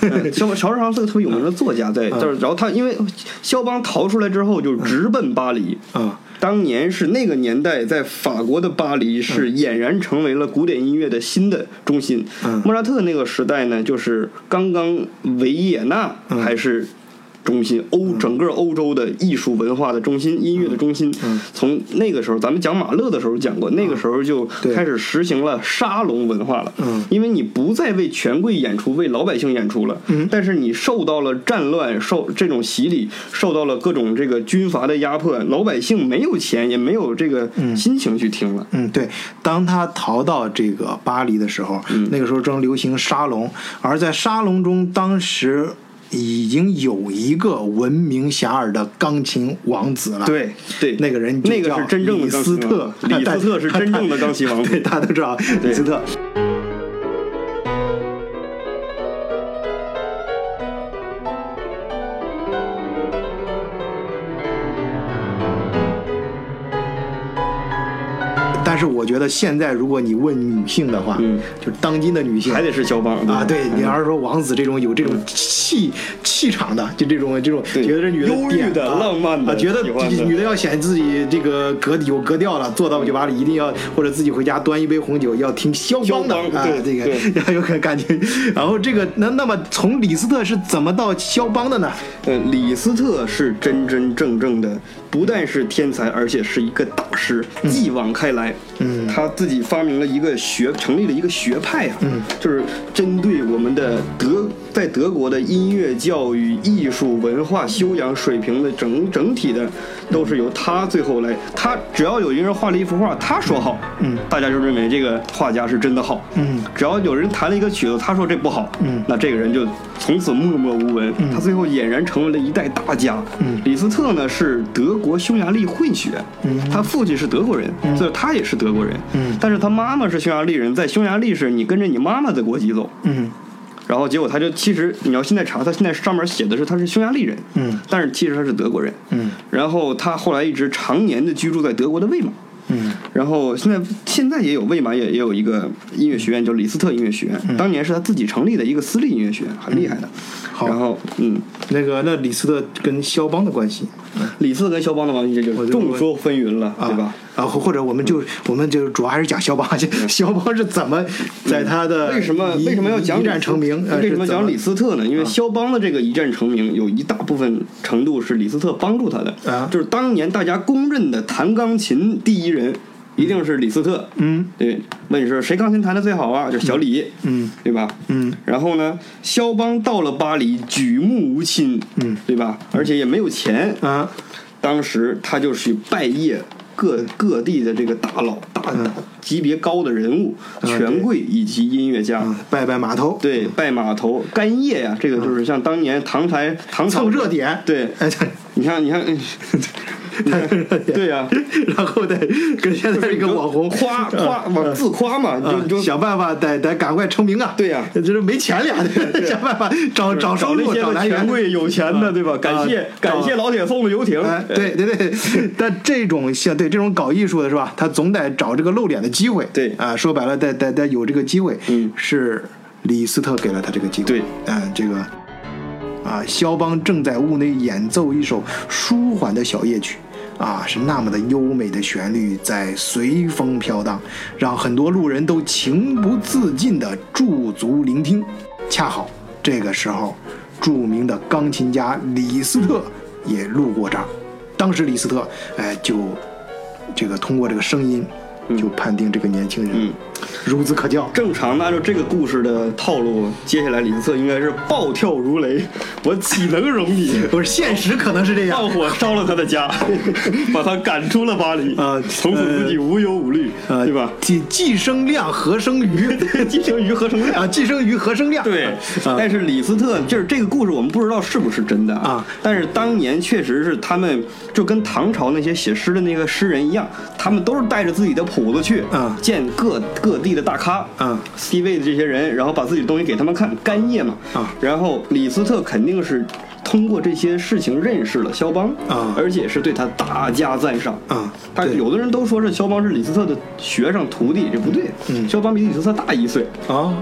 Speaker 2: 嗯肖邦乔治桑是个特别有名的作家，在
Speaker 1: 啊
Speaker 2: 就是然后他因为肖邦逃出来之后就直奔巴黎。
Speaker 1: 啊
Speaker 2: 当年是那个年代，在法国的巴黎是俨然成为了古典音乐的新的中心。
Speaker 1: 嗯
Speaker 2: 莫扎特那个时代呢，就是刚刚维也纳
Speaker 1: 嗯
Speaker 2: 还是中心，欧整个欧洲的艺术文化的中心，音乐的中心。
Speaker 1: 嗯
Speaker 2: 从那个时候，咱们讲马勒的时候讲过，那个时候就
Speaker 1: 对
Speaker 2: 开始实行了沙龙文化了。
Speaker 1: 嗯
Speaker 2: 因为你不再为权贵演出，为老百姓演出了，
Speaker 1: 嗯
Speaker 2: 但是你受到了战乱，受这种洗礼，受到了各种这个军阀的压迫，老百姓没有钱，也没有这个心情去听了。
Speaker 1: 嗯，对，当他逃到这个巴黎的时候，那个时候正流行沙龙，而在沙龙中，当时已经有一个闻名遐迩的钢琴王子了。。
Speaker 2: 对对，
Speaker 1: 那个人就
Speaker 2: 那个
Speaker 1: 叫
Speaker 2: 是真正的
Speaker 1: 李
Speaker 2: 钢
Speaker 1: 斯
Speaker 2: 琴
Speaker 1: 特
Speaker 2: 王，李 斯特是真正的钢琴王。
Speaker 1: 对，大家都知道
Speaker 2: 对
Speaker 1: 李斯特。但是我觉得现在，如果你问女性的话，
Speaker 2: 嗯
Speaker 1: 就是当今的女性
Speaker 2: 还得是肖邦
Speaker 1: 啊，对，你要是说王子这种有这种气气场的，就这种这种
Speaker 2: 对
Speaker 1: 觉得这女的
Speaker 2: 忧郁
Speaker 1: 点
Speaker 2: 的
Speaker 1: 啊
Speaker 2: 浪漫的
Speaker 1: 啊，觉得
Speaker 2: 喜欢的
Speaker 1: 女的要显自己这个格有格调了，坐到酒吧里一定要或者自己回家端一杯红酒，要听肖邦的
Speaker 2: 肖邦
Speaker 1: 啊
Speaker 2: 对，
Speaker 1: 这
Speaker 2: 对
Speaker 1: 个 有可感觉。然后这个那那么从李斯特是怎么到肖邦的呢？
Speaker 2: 呃，李斯特是真真正正的，不但是天才，而且是一个大师，继往开来。嗯，他自己发明了一个学，成立了一个学派啊，嗯，就是针对我们的德，在德国的音乐教育、艺术文化修养水平的整整体的，都是由他最后来。他只要有一个人画了一幅画，他说好，嗯，大家就认为这个画家是真的好，
Speaker 1: 嗯，
Speaker 2: 只要有人弹了一个曲子，他说这不好，
Speaker 1: 嗯
Speaker 2: 那这个人就从此默默无闻。他最后俨然成为了一代大家。
Speaker 1: 嗯
Speaker 2: 李斯特呢是德国匈牙利混血，
Speaker 1: 嗯
Speaker 2: 他父亲是德国人，所以他也是德国人。
Speaker 1: 嗯
Speaker 2: 但是他妈妈是匈牙利人，在匈牙利是你跟着你妈妈的国籍走。
Speaker 1: 嗯
Speaker 2: 然后结果他就其实你要现在查，他现在上面写的是他是匈牙利人，
Speaker 1: 嗯
Speaker 2: 但是其实他是德国人。
Speaker 1: 嗯
Speaker 2: 然后他后来一直常年的居住在德国的魏玛。
Speaker 1: 嗯
Speaker 2: 然后现在现在也有魏玛也也有一个音乐学院，叫李斯特音乐学院，
Speaker 1: 嗯
Speaker 2: 当年是他自己成立的一个私立音乐学院，很厉害的。
Speaker 1: 好
Speaker 2: 然后嗯，
Speaker 1: 那个那李斯特跟肖邦的关系，
Speaker 2: 李斯特跟肖邦的关系这就
Speaker 1: 我
Speaker 2: 是
Speaker 1: 就
Speaker 2: 众说纷�云了，对吧？？嗯
Speaker 1: 啊，或或者我们就我们就主要还是讲肖邦，肖邦是怎么在他的
Speaker 2: 为什么
Speaker 1: 呃一
Speaker 2: 为什么要讲
Speaker 1: 一
Speaker 2: 李斯
Speaker 1: 战成名？呃
Speaker 2: 为什么讲李？
Speaker 1: 是啊
Speaker 2: 斯特呢？因为肖邦的这个一战成名，有一大部分程度是李斯特帮助他的，
Speaker 1: 啊
Speaker 2: 就是当年大家公认的弹钢琴第一人。一定是李斯特，
Speaker 1: 嗯，
Speaker 2: 对，问你说谁钢琴弹的最好啊？就是小李，
Speaker 1: 嗯，
Speaker 2: 对吧？
Speaker 1: 嗯，
Speaker 2: 然后呢，肖邦到了巴黎，举目无亲，
Speaker 1: 嗯，
Speaker 2: 对吧？而且也没有钱，
Speaker 1: 怎么啊，
Speaker 2: 当时他就去拜谒各各地的这个大佬、大大级别高的人物、
Speaker 1: 嗯啊对
Speaker 2: 权贵以及音乐家。
Speaker 1: 嗯拜拜码头，
Speaker 2: 对，拜码头干叶呀、这个就是像当年唐台唐朝
Speaker 1: 蹭热点，
Speaker 2: 对，
Speaker 1: 哎，蹭
Speaker 2: 你看， 你看，嗯你看
Speaker 1: 热点，
Speaker 2: 对呀、
Speaker 1: 然后再跟现在这个网红
Speaker 2: 夸夸往自夸嘛，
Speaker 1: 啊
Speaker 2: 你就你就
Speaker 1: 想办法得得赶快成名啊！
Speaker 2: 对呀
Speaker 1: 就是没钱了呀，想办法找找收
Speaker 2: 找那
Speaker 1: 入，
Speaker 2: 些
Speaker 1: 找
Speaker 2: 个
Speaker 1: 来源
Speaker 2: 权。贵有钱的，
Speaker 1: 啊
Speaker 2: 对吧？感谢
Speaker 1: 啊
Speaker 2: 感谢老铁送的游艇
Speaker 1: 哎，，对对对，但这种像对这种搞艺术的是吧？他总得找这个露脸的机会。
Speaker 2: 对
Speaker 1: 啊，说白了，得得得有这个机会。
Speaker 2: 嗯
Speaker 1: 是李斯特给了他这个机会。
Speaker 2: 对，
Speaker 1: 嗯，这个啊，肖邦正在屋内演奏一首舒缓的小夜曲。啊，是那么的优美的旋律在随风飘荡，让很多路人都情不自禁地驻足聆听。恰好这个时候，著名的钢琴家李斯特也路过这儿。当时李斯特，哎，就这个通过这个声音，就判定这个年轻人、
Speaker 2: 嗯
Speaker 1: 孺子可教。
Speaker 2: 正常的按照这个故事的套路，接下来李斯特应该是暴跳如雷，我岂能容你？
Speaker 1: 不是现实可能是这样，
Speaker 2: 放火烧了他的 家，把他赶出了巴黎
Speaker 1: 啊
Speaker 2: 从此自己无忧无虑，
Speaker 1: 呃，
Speaker 2: 对吧？
Speaker 1: 既？既生亮，何生瑜？
Speaker 2: 寄生鱼合成量。
Speaker 1: 啊，既生瑜，何生亮？
Speaker 2: 对，
Speaker 1: 啊
Speaker 2: 但是李斯特就是这个故事，我们不知道是不是真的
Speaker 1: 啊。
Speaker 2: 但是当年确实是他们就跟唐朝那些写诗的那个诗人一样，他们都是带着自己的谱子去
Speaker 1: 啊
Speaker 2: 见各各各地的大咖，
Speaker 1: 嗯
Speaker 2: ，C 位的这些人，然后把自己的东西给他们看，干业嘛，
Speaker 1: 啊
Speaker 2: 然后李斯特肯定是通过这些事情认识了肖邦，
Speaker 1: 啊
Speaker 2: 而且是对他大加赞赏，
Speaker 1: 啊
Speaker 2: 他
Speaker 1: 对
Speaker 2: 有的人都说是肖邦是李斯特的学生徒弟，这不对，
Speaker 1: 嗯
Speaker 2: 肖邦比李斯特大一岁，
Speaker 1: 哦，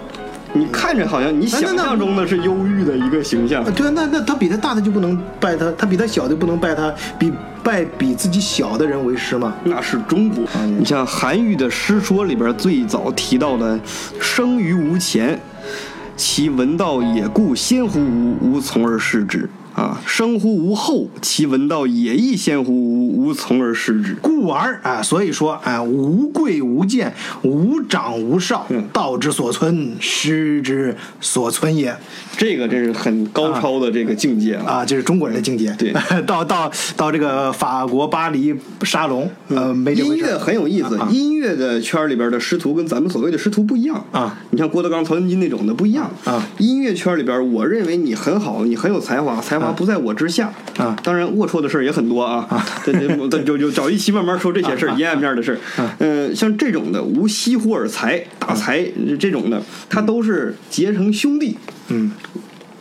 Speaker 2: 你看着好像你
Speaker 1: 哎那
Speaker 2: 想
Speaker 1: 那
Speaker 2: 象中的是忧郁的一个形象
Speaker 1: 啊，对啊，那那他比他大的就不能拜他，他比他小的不能拜他，比拜比自己小的人为师吗？
Speaker 2: 那是中国。
Speaker 1: 嗯
Speaker 2: 你像韩愈的诗说里边最早提到的“生于吾前，其文道也固先乎吾，吾从而视之”啊，“生乎吾后，其文道也亦先乎吾，吾从而视之”。
Speaker 1: 故而啊，所以说啊，无贵无贱，无长无少
Speaker 2: 嗯，
Speaker 1: 道之所存，师之所存也。
Speaker 2: 这个真是很高超的这个境界啊！
Speaker 1: 啊，这是中国人的境界。
Speaker 2: 对
Speaker 1: 到到到这个法国巴黎沙龙，呃，没这
Speaker 2: 音
Speaker 1: 回事
Speaker 2: 乐
Speaker 1: 儿。
Speaker 2: 很有意思
Speaker 1: 啊，
Speaker 2: 音乐的圈里边的师徒跟咱们所谓的师徒不一样
Speaker 1: 啊。
Speaker 2: 你像郭德纲、曹云金那种的不一样
Speaker 1: 啊
Speaker 2: 音乐圈里边，我认为你很好，你很有才华，才华不在我之下
Speaker 1: 啊
Speaker 2: 当然，龌龊的事儿也很多啊。这这这就就找一期慢慢说这些事儿，阴暗面的事儿。嗯、像这种的无锡乎尔才、大才这种的，他都是结成兄弟。
Speaker 1: 嗯，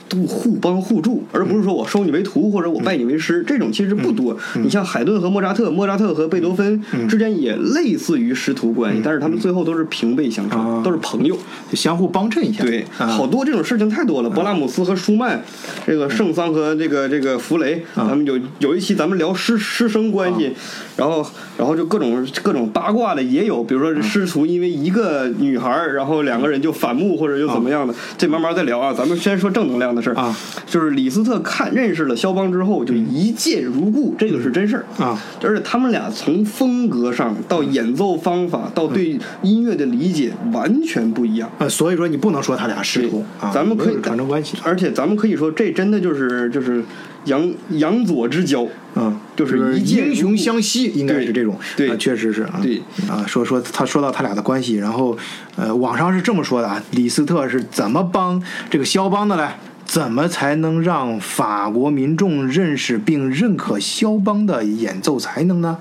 Speaker 2: 都互帮互助，而不是说我收你为徒或者我拜你为师，这种其实不多。你像海顿和莫扎特，莫扎特和贝多芬之间也类似于师徒关系，但是他们最后都是平辈相称，
Speaker 1: 啊
Speaker 2: 都是朋友。
Speaker 1: 就相互帮衬一下。
Speaker 2: 对，
Speaker 1: 啊、
Speaker 2: 好多这种事情太多了。勃拉姆斯和舒曼，这个圣桑和这个这个弗雷，
Speaker 1: 啊
Speaker 2: 咱们有有一期咱们聊师师生关系，然后然后就各种各种八卦的也有，比如
Speaker 1: 啊
Speaker 2: 说师徒因为一个女孩儿，然后两个人就反目或者又怎么样的，这慢慢再聊啊。咱们先说正能量的事儿
Speaker 1: 啊，
Speaker 2: 就是李斯特看认识了肖邦之后就一见如故，这个是真事儿
Speaker 1: 啊。
Speaker 2: 而且他们俩从风格上到演奏方法到对音乐的理解完全不一样。
Speaker 1: 呃，所以说你不能说他俩师
Speaker 2: 对
Speaker 1: 徒啊，
Speaker 2: 咱们可
Speaker 1: 没
Speaker 2: 以
Speaker 1: 有传承关系。
Speaker 2: 而且咱们可以说，这真的就是就是杨杨左之交，
Speaker 1: 嗯，
Speaker 2: 就是一见
Speaker 1: 英雄相惜，应该
Speaker 2: 对
Speaker 1: 是这种，
Speaker 2: 对
Speaker 1: 啊确实是啊，
Speaker 2: 对
Speaker 1: 啊，说说他说到他俩的关系，然后，呃，网上是这么说的啊，李斯特是怎么帮这个肖邦的嘞？怎么才能让法国民众认识并认可肖邦的演奏才能呢？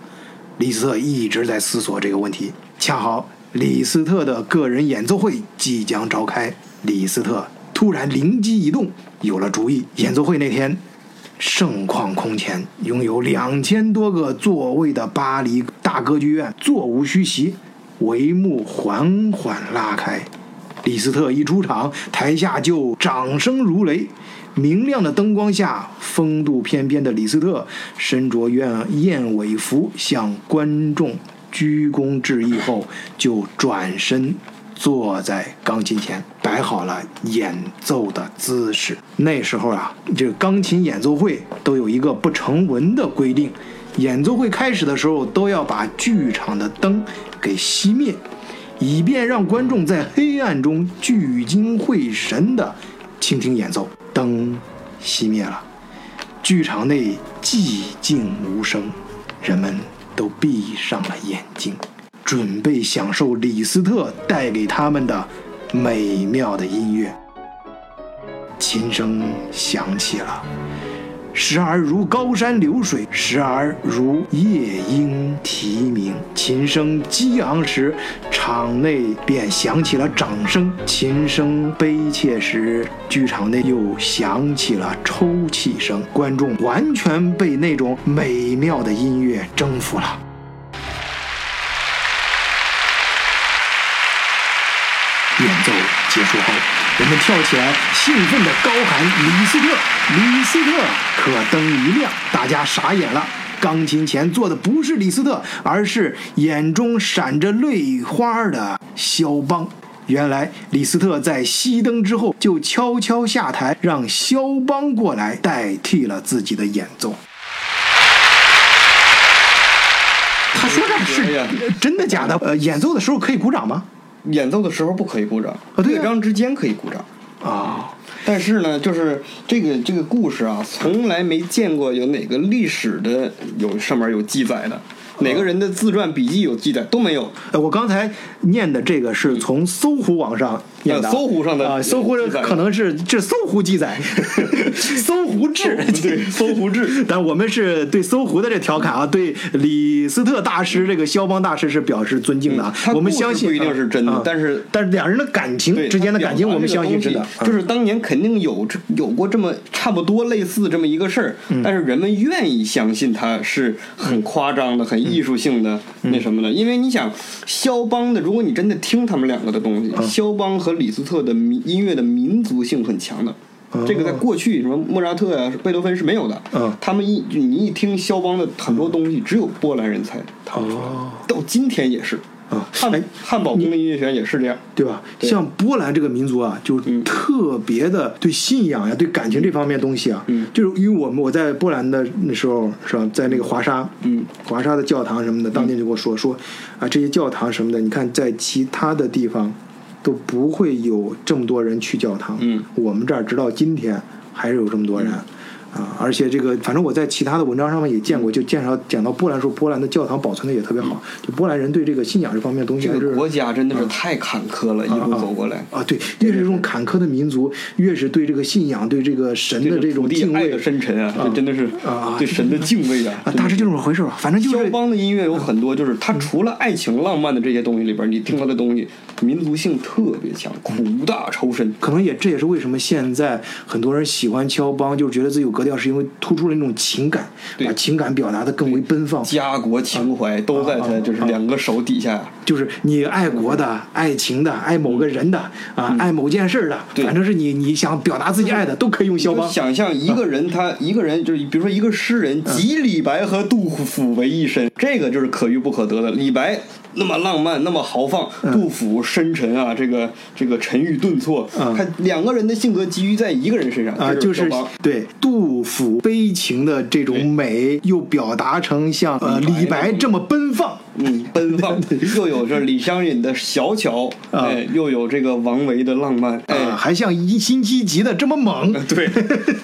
Speaker 1: 李斯特一直在思索这个问题。恰好李斯特的个人演奏会即将召开，李斯特突然灵机一动，有了主意。演奏会那天，盛况空前，拥有两千多个座位的巴黎大歌剧院座无虚席，帷幕缓缓拉开。李斯特一出场，台下就掌声如雷。明亮的灯光下，风度翩翩的李斯特身着燕燕尾服，向观众鞠躬致意后，就转身坐在钢琴前，摆好了演奏的姿势。那时候啊，这个钢琴演奏会都有一个不成文的规定，演奏会开始的时候都要把剧场的灯给熄灭，以便让观众在黑暗中聚精会神地倾听演奏。灯熄灭了，剧场内寂静无声，人们都闭上了眼睛，准备享受李斯特带给他们的美妙的音乐。琴声响起了，时而如高山流水，时而如夜莺啼鸣。琴声激昂时，场内便响起了掌声；琴声悲切时，剧场内又响起了抽泣声。观众完全被那种美妙的音乐征服了。演奏结束后，人们跳起来，兴奋地高喊：“李斯特，李斯特！”可灯一亮，大家傻眼了。钢琴前坐的不是李斯特，而是眼中闪着泪花的肖邦。原来李斯特在熄灯之后就悄悄下台，让肖邦过来代替了自己的演奏。他说这
Speaker 2: 哎呀
Speaker 1: 是真的假的？呃，演奏的时候可以鼓掌吗？
Speaker 2: 演奏的时候不可以鼓掌，
Speaker 1: 啊对呀
Speaker 2: 乐章之间可以鼓掌。
Speaker 1: 啊、
Speaker 2: 但是呢，就是这个这个故事啊，从来没见过有哪个历史的有上面有记载的，哪个人的自传笔记有记载都没有。
Speaker 1: 呃，我刚才念的这个是从搜狐网上演的。
Speaker 2: 呃搜狐上的
Speaker 1: 啊，搜狐
Speaker 2: 记载的
Speaker 1: 可能是这搜狐记 载，搜狐志
Speaker 2: 对，搜狐志。
Speaker 1: 但我们是对搜狐的这调侃啊，对李斯特大师这个肖邦大师是表示尊敬的啊
Speaker 2: 嗯。他
Speaker 1: 我们
Speaker 2: 故事
Speaker 1: 相信
Speaker 2: 不一定
Speaker 1: 啊
Speaker 2: 是真的
Speaker 1: 啊
Speaker 2: 但是
Speaker 1: 但是两人的感情
Speaker 2: 对
Speaker 1: 之间的
Speaker 2: 他
Speaker 1: 感情，
Speaker 2: 表达
Speaker 1: 我们
Speaker 2: 这个
Speaker 1: 相信
Speaker 2: 东
Speaker 1: 是
Speaker 2: 西
Speaker 1: 的。啊
Speaker 2: 就是当年肯定有这有过这么差不多类似这么一个事儿，
Speaker 1: 嗯
Speaker 2: 但是人们愿意相信它是很夸张
Speaker 1: 嗯
Speaker 2: 的、很艺术性的那什么的，因为你想肖邦的，如果你真的听他们两个的东
Speaker 1: 嗯
Speaker 2: 西，肖邦和李斯特的民音乐的民族性很强的。这个在过去什么莫扎特呀、贝多芬是没有的。
Speaker 1: 哦嗯
Speaker 2: 他们一你一听肖邦的很多东西，只有波兰人才弹出来，
Speaker 1: 哦
Speaker 2: 到今天也是。
Speaker 1: 啊
Speaker 2: 汉汉堡宫的音乐学院也是这样。
Speaker 1: 对吧？像波兰这个民族啊，就是
Speaker 2: 嗯
Speaker 1: 特别的对信仰呀、对感情这方面东西啊，
Speaker 2: 嗯
Speaker 1: 就是因为我们我在波兰的那时候是吧，在那个华沙，
Speaker 2: 嗯，
Speaker 1: 华沙的教堂什么的，当地就跟我说说啊，这些教堂什么的，你看在其他的地方都不会有这么多人去教堂，
Speaker 2: 嗯，
Speaker 1: 我们这儿直到今天还是有这么多人。啊，而且这个，反正我在其他的文章上面也见过，就介绍讲到波兰说，波兰的教堂保存的也特别好，就波兰人对这个信仰这方面的东西
Speaker 2: 嗯这
Speaker 1: 还是
Speaker 2: 个国家真的是太坎坷了，一路走过来，
Speaker 1: 啊啊，对，越是这种坎坷的民族，越是对这个信仰、对这个神的
Speaker 2: 对
Speaker 1: 这
Speaker 2: 土
Speaker 1: 种
Speaker 2: 地
Speaker 1: 敬
Speaker 2: 爱
Speaker 1: 畏
Speaker 2: 的深沉啊，这 真的是
Speaker 1: 啊
Speaker 2: 对神的敬畏啊
Speaker 1: 啊，。大致就这么回事吧。反正就
Speaker 2: 肖
Speaker 1: 是嗯
Speaker 2: 邦的音乐有很多，就是他除了爱情、浪漫的这些东西里边，你听他的东西，民族性特别强，
Speaker 1: 嗯
Speaker 2: 苦大仇深。
Speaker 1: 可能也这也是为什么现在很多人喜欢肖邦，就是觉得自己有格调，是因为突出了那种情感，
Speaker 2: 对
Speaker 1: 把情感表达的更为奔放。
Speaker 2: 家国情怀都
Speaker 1: 啊
Speaker 2: 在他就是两个手底下，
Speaker 1: 就是你爱国的、爱情的、爱某个人的啊，爱某件事儿的，
Speaker 2: 嗯对
Speaker 1: 反正是你你想表达自己爱的，都可以用肖
Speaker 2: 你
Speaker 1: 邦
Speaker 2: 就。想象一个人，
Speaker 1: 嗯
Speaker 2: 他一个人就是，比如说一个诗人，集李白和杜甫为一身，这个就是可遇不可得的。李白那么浪漫，那么豪放，
Speaker 1: 嗯
Speaker 2: 杜甫深沉啊，这个这个沉郁顿挫，
Speaker 1: 嗯
Speaker 2: 他两个人的性格集于在一个人身上
Speaker 1: 啊，就是
Speaker 2: 肖邦
Speaker 1: 对杜甫悲情的这种美，又表达成像呃李
Speaker 2: 李白
Speaker 1: 白这么奔放，
Speaker 2: 嗯，奔放，又有这李商隐的小巧，
Speaker 1: 啊
Speaker 2: 哎，又有这个王维的浪漫，
Speaker 1: 啊，
Speaker 2: 哎，
Speaker 1: 还像一星期级的这么猛。
Speaker 2: 呃 对，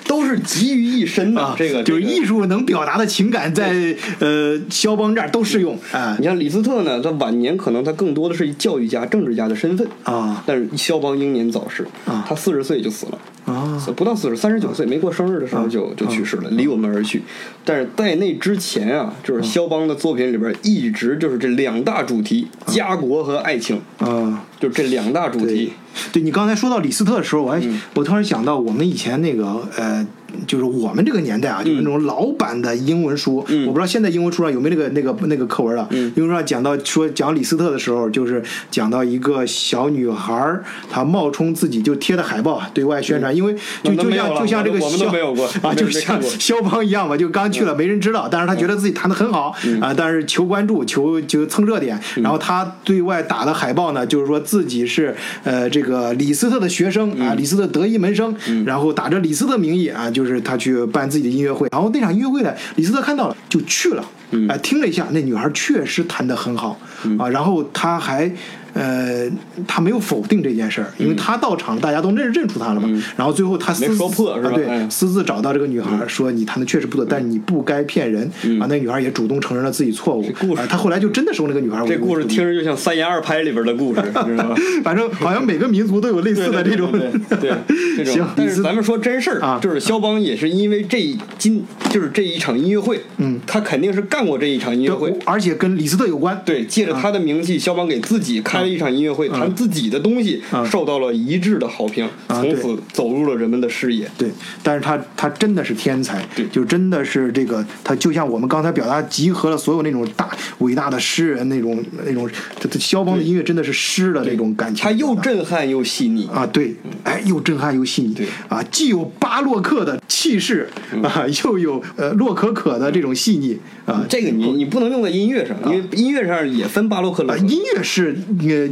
Speaker 2: 都是集于一身的
Speaker 1: 啊，，
Speaker 2: 这个
Speaker 1: 就是
Speaker 2: 这个
Speaker 1: 艺术能表达的情感在，呃肖邦这儿都适用啊
Speaker 2: 你像李斯特呢，他晚年可能他更多的是以教育家、政治家的身份
Speaker 1: 啊
Speaker 2: 但是肖邦英年早逝
Speaker 1: 啊
Speaker 2: 他四十岁就死了。
Speaker 1: 啊
Speaker 2: 不到四十，三十九岁没过生日的时候就、就去世了，离我们而去。但是在那之前啊，就是肖邦的作品里边一直就是这两大主题：家国和爱情，
Speaker 1: 啊！
Speaker 2: 就这两大主
Speaker 1: 对
Speaker 2: 题。，
Speaker 1: 对你刚才说到李斯特的时候，我还、
Speaker 2: 嗯
Speaker 1: 我突然想到我们以前那个呃。就是我们这个年代啊，就是那种老版的英文书，
Speaker 2: 嗯
Speaker 1: 我不知道现在英文书上有没有那个那个那个课文了。
Speaker 2: 嗯
Speaker 1: 英文书上讲到说讲李斯特的时候，就是讲到一个小女孩儿，她冒充自己就贴的海报啊对外宣传，因为就
Speaker 2: 嗯那那
Speaker 1: 就
Speaker 2: 没有
Speaker 1: 像
Speaker 2: 了
Speaker 1: 就像这个
Speaker 2: 我们都
Speaker 1: 肖
Speaker 2: 没有过
Speaker 1: 啊，
Speaker 2: 没
Speaker 1: 就
Speaker 2: 没
Speaker 1: 像
Speaker 2: 看过
Speaker 1: 肖邦一样嘛，就刚去
Speaker 2: 嗯
Speaker 1: 了没人知道，但是他觉得自己弹得很好啊，但是求关注，求求蹭热点，
Speaker 2: 嗯
Speaker 1: 然后他对外打的海报呢，就是说自己是呃这个李斯特的学生
Speaker 2: 嗯
Speaker 1: 啊，李斯特德艺门生，然后打着李斯特名义啊，就是他去办自己的音乐会，然后那场音乐会呢，李斯特看到了就去了，
Speaker 2: 嗯
Speaker 1: 啊，听了一下，那女孩确实弹得很好啊，然后他还。呃，他没有否定这件事儿，因为他到场，大家都认认出他了嘛。然后最后他私
Speaker 2: 嗯没说破是吧
Speaker 1: 啊、对，
Speaker 2: 哎
Speaker 1: 私自找到这个女孩
Speaker 2: 嗯
Speaker 1: 儿，说你弹的确实不错，但是你不该骗人、啊。那女孩儿也主动承认了自己错误。
Speaker 2: 故事
Speaker 1: 啊，他后来就真的收那个女孩儿为
Speaker 2: 这
Speaker 1: 为徒弟。
Speaker 2: 故事听着就像三言二拍里边的故事，你知道吗？
Speaker 1: 反正好像每个民族都有类似的这种。
Speaker 2: 对对 对对这
Speaker 1: 行
Speaker 2: 种。但是咱们说真事儿
Speaker 1: 啊
Speaker 2: 就是肖邦也是因为这一今就是这一场音乐会，
Speaker 1: 嗯
Speaker 2: 他肯定是干过这一场音乐会
Speaker 1: 对，啊而且跟李斯特有关。
Speaker 2: 对，借着他的名气，肖邦给自己开了一场音乐会，弹自己的东西
Speaker 1: 啊，
Speaker 2: 受到了一致的好评，
Speaker 1: 啊
Speaker 2: 从
Speaker 1: 对
Speaker 2: 此走入了人们的视野。
Speaker 1: 对，但是他他真的是天才
Speaker 2: 对，
Speaker 1: 就真的是这个，他就像我们刚才表达，集合了所有那种大伟大的诗人那种那种，这这肖邦的音乐真的是诗的那种感情。
Speaker 2: 他又震撼又细腻，
Speaker 1: 啊，对，哎，又震撼又细腻，
Speaker 2: 对嗯
Speaker 1: 啊，既有巴洛克的气势啊，又有呃洛可可的这种细腻啊。
Speaker 2: 这个你你不能用在音乐上，因为音乐上也分巴洛克
Speaker 1: 啊，
Speaker 2: 了。
Speaker 1: 音乐是呃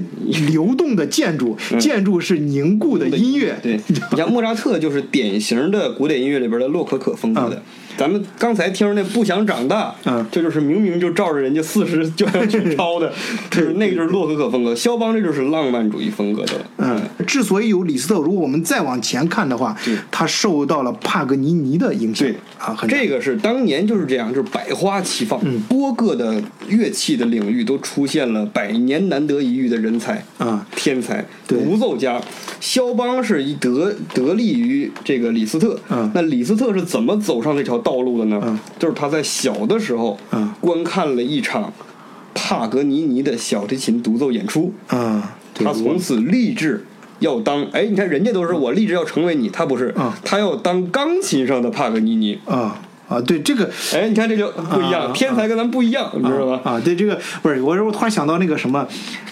Speaker 1: 流动的建筑，建筑是凝固的音乐。
Speaker 2: 嗯对， 你像莫扎特就是典型的古典音乐里边的洛可可风格的。咱们刚才听那不想长大，
Speaker 1: 嗯
Speaker 2: 这就是明明就照着人家 四十就要去抄的，就是那个就是洛可可风格。肖邦这就是浪漫主义风格的了，
Speaker 1: 嗯，之所以有李斯特，如果我们再往前看的话
Speaker 2: 对，
Speaker 1: 他受到了帕格尼尼的影响
Speaker 2: 对
Speaker 1: 啊，很
Speaker 2: 这个是当年就是这样，就是百花齐放，
Speaker 1: 嗯
Speaker 2: 多个的乐器的领域都出现了百年难得一遇的人才
Speaker 1: 啊
Speaker 2: 天才
Speaker 1: 对
Speaker 2: 独奏家。肖邦是一得得力于这个李斯特，
Speaker 1: 嗯
Speaker 2: 那李斯特是怎么走上这条道路的呢？
Speaker 1: 嗯
Speaker 2: 就是他在小的时候，
Speaker 1: 嗯
Speaker 2: 观看了一场帕格尼尼的小提琴独奏演出，
Speaker 1: 啊，对
Speaker 2: 他从此立志要当，哎，你看人家都是我立志要成为你，他不是，
Speaker 1: 嗯
Speaker 2: 他要当钢琴上的帕格尼尼。
Speaker 1: 啊啊，对这个
Speaker 2: 哎，你看这就不一样，
Speaker 1: 啊
Speaker 2: 天才跟咱不一样，你知道吧？
Speaker 1: 啊，对这个不是，我是我突然想到那个什么，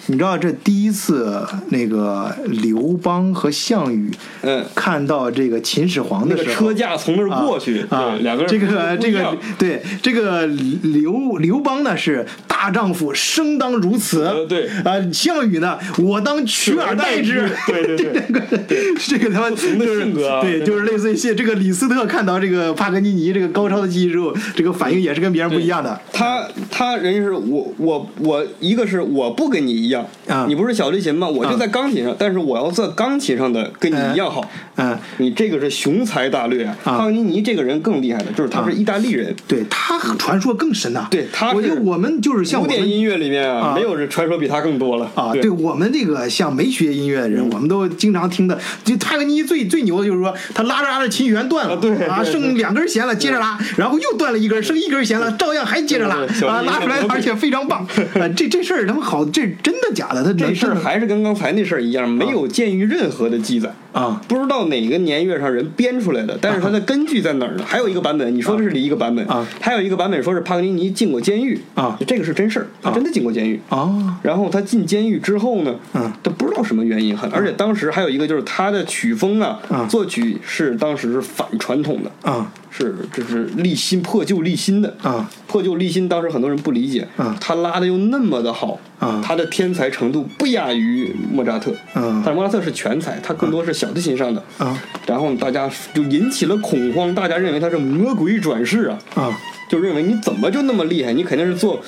Speaker 1: 你知道这第一次那个刘邦和项羽
Speaker 2: 嗯
Speaker 1: 看到这个秦始皇
Speaker 2: 那
Speaker 1: 的
Speaker 2: 个
Speaker 1: 时候，
Speaker 2: 车架从那儿过去，
Speaker 1: 啊
Speaker 2: 对，，两个人
Speaker 1: 这
Speaker 2: 不
Speaker 1: 个
Speaker 2: 不
Speaker 1: 这
Speaker 2: 一
Speaker 1: 个
Speaker 2: 样
Speaker 1: 对这个刘刘邦呢是大丈夫生当如此，
Speaker 2: 呃对
Speaker 1: 啊，项羽呢我当取而代之，
Speaker 2: 对对 对
Speaker 1: 这个这个他妈
Speaker 2: 同的
Speaker 1: 就是
Speaker 2: 性格啊
Speaker 1: 对，
Speaker 2: 对
Speaker 1: 就是类似于现这个李斯特看到这个帕格尼尼这个高超的技术，这个反应也是跟别人不一样的，
Speaker 2: 他他人是我我我一个是我不跟你一样
Speaker 1: 啊
Speaker 2: 你不是小提琴吗？我就在钢琴上，但是我要在钢琴上的跟你一样好。
Speaker 1: 嗯。
Speaker 2: 你这个是雄才大略啊！
Speaker 1: 啊
Speaker 2: 帕格尼尼这个人更厉害的，就是他是意大利人，
Speaker 1: 对他传说更深呐、
Speaker 2: 对他是
Speaker 1: 我觉得我们就是像
Speaker 2: 古
Speaker 1: 我
Speaker 2: 典
Speaker 1: 们
Speaker 2: 音乐里面啊，
Speaker 1: 啊
Speaker 2: 没有人传说比他更多了
Speaker 1: 啊，对我们这个像没学音乐的
Speaker 2: 嗯
Speaker 1: 人，我们都经常听的，就帕格尼最最牛的就是说，他拉着拉着琴弦断了，
Speaker 2: 啊对
Speaker 1: 啊，
Speaker 2: 对
Speaker 1: 剩两根弦了，接着拉，然后又断了一根，剩一根弦了，照样还接着拉
Speaker 2: 对对对
Speaker 1: 啊，
Speaker 2: 小提琴
Speaker 1: 拉出来
Speaker 2: 的魔鬼
Speaker 1: 而且非常棒，啊，这这事儿他们好，这真的假的？他
Speaker 2: 这事儿
Speaker 1: 还
Speaker 2: 还是跟刚才那事儿一样，没有鉴于任何的记载。
Speaker 1: 啊
Speaker 2: 不知道哪个年月上人编出来的，但是它的根据在哪儿呢？还有一个版本，你说的是一个版本
Speaker 1: 啊，
Speaker 2: 还有一个版本说是帕格尼尼进过监狱
Speaker 1: 啊
Speaker 2: 这个是真事儿，他真的进过监狱。
Speaker 1: 啊
Speaker 2: 然后他进监狱之后呢，
Speaker 1: 嗯
Speaker 2: 他不知道什么原因，很而且当时还有一个就是他的曲风啊
Speaker 1: 嗯，
Speaker 2: 作曲是当时是反传统的，
Speaker 1: 啊
Speaker 2: 是这是立新破旧立新的
Speaker 1: 啊，
Speaker 2: 破旧立新，当时很多人不理解
Speaker 1: 嗯，
Speaker 2: 他拉的又那么的好
Speaker 1: 嗯，
Speaker 2: 他的天才程度不亚于莫扎特，
Speaker 1: 嗯
Speaker 2: 但是莫扎特是全才，他更多是小提琴上的
Speaker 1: 嗯，
Speaker 2: 然后大家就引起了恐慌，大家认为他是魔鬼转世啊，
Speaker 1: 啊
Speaker 2: 就认为你怎么就那么厉害？你肯定是做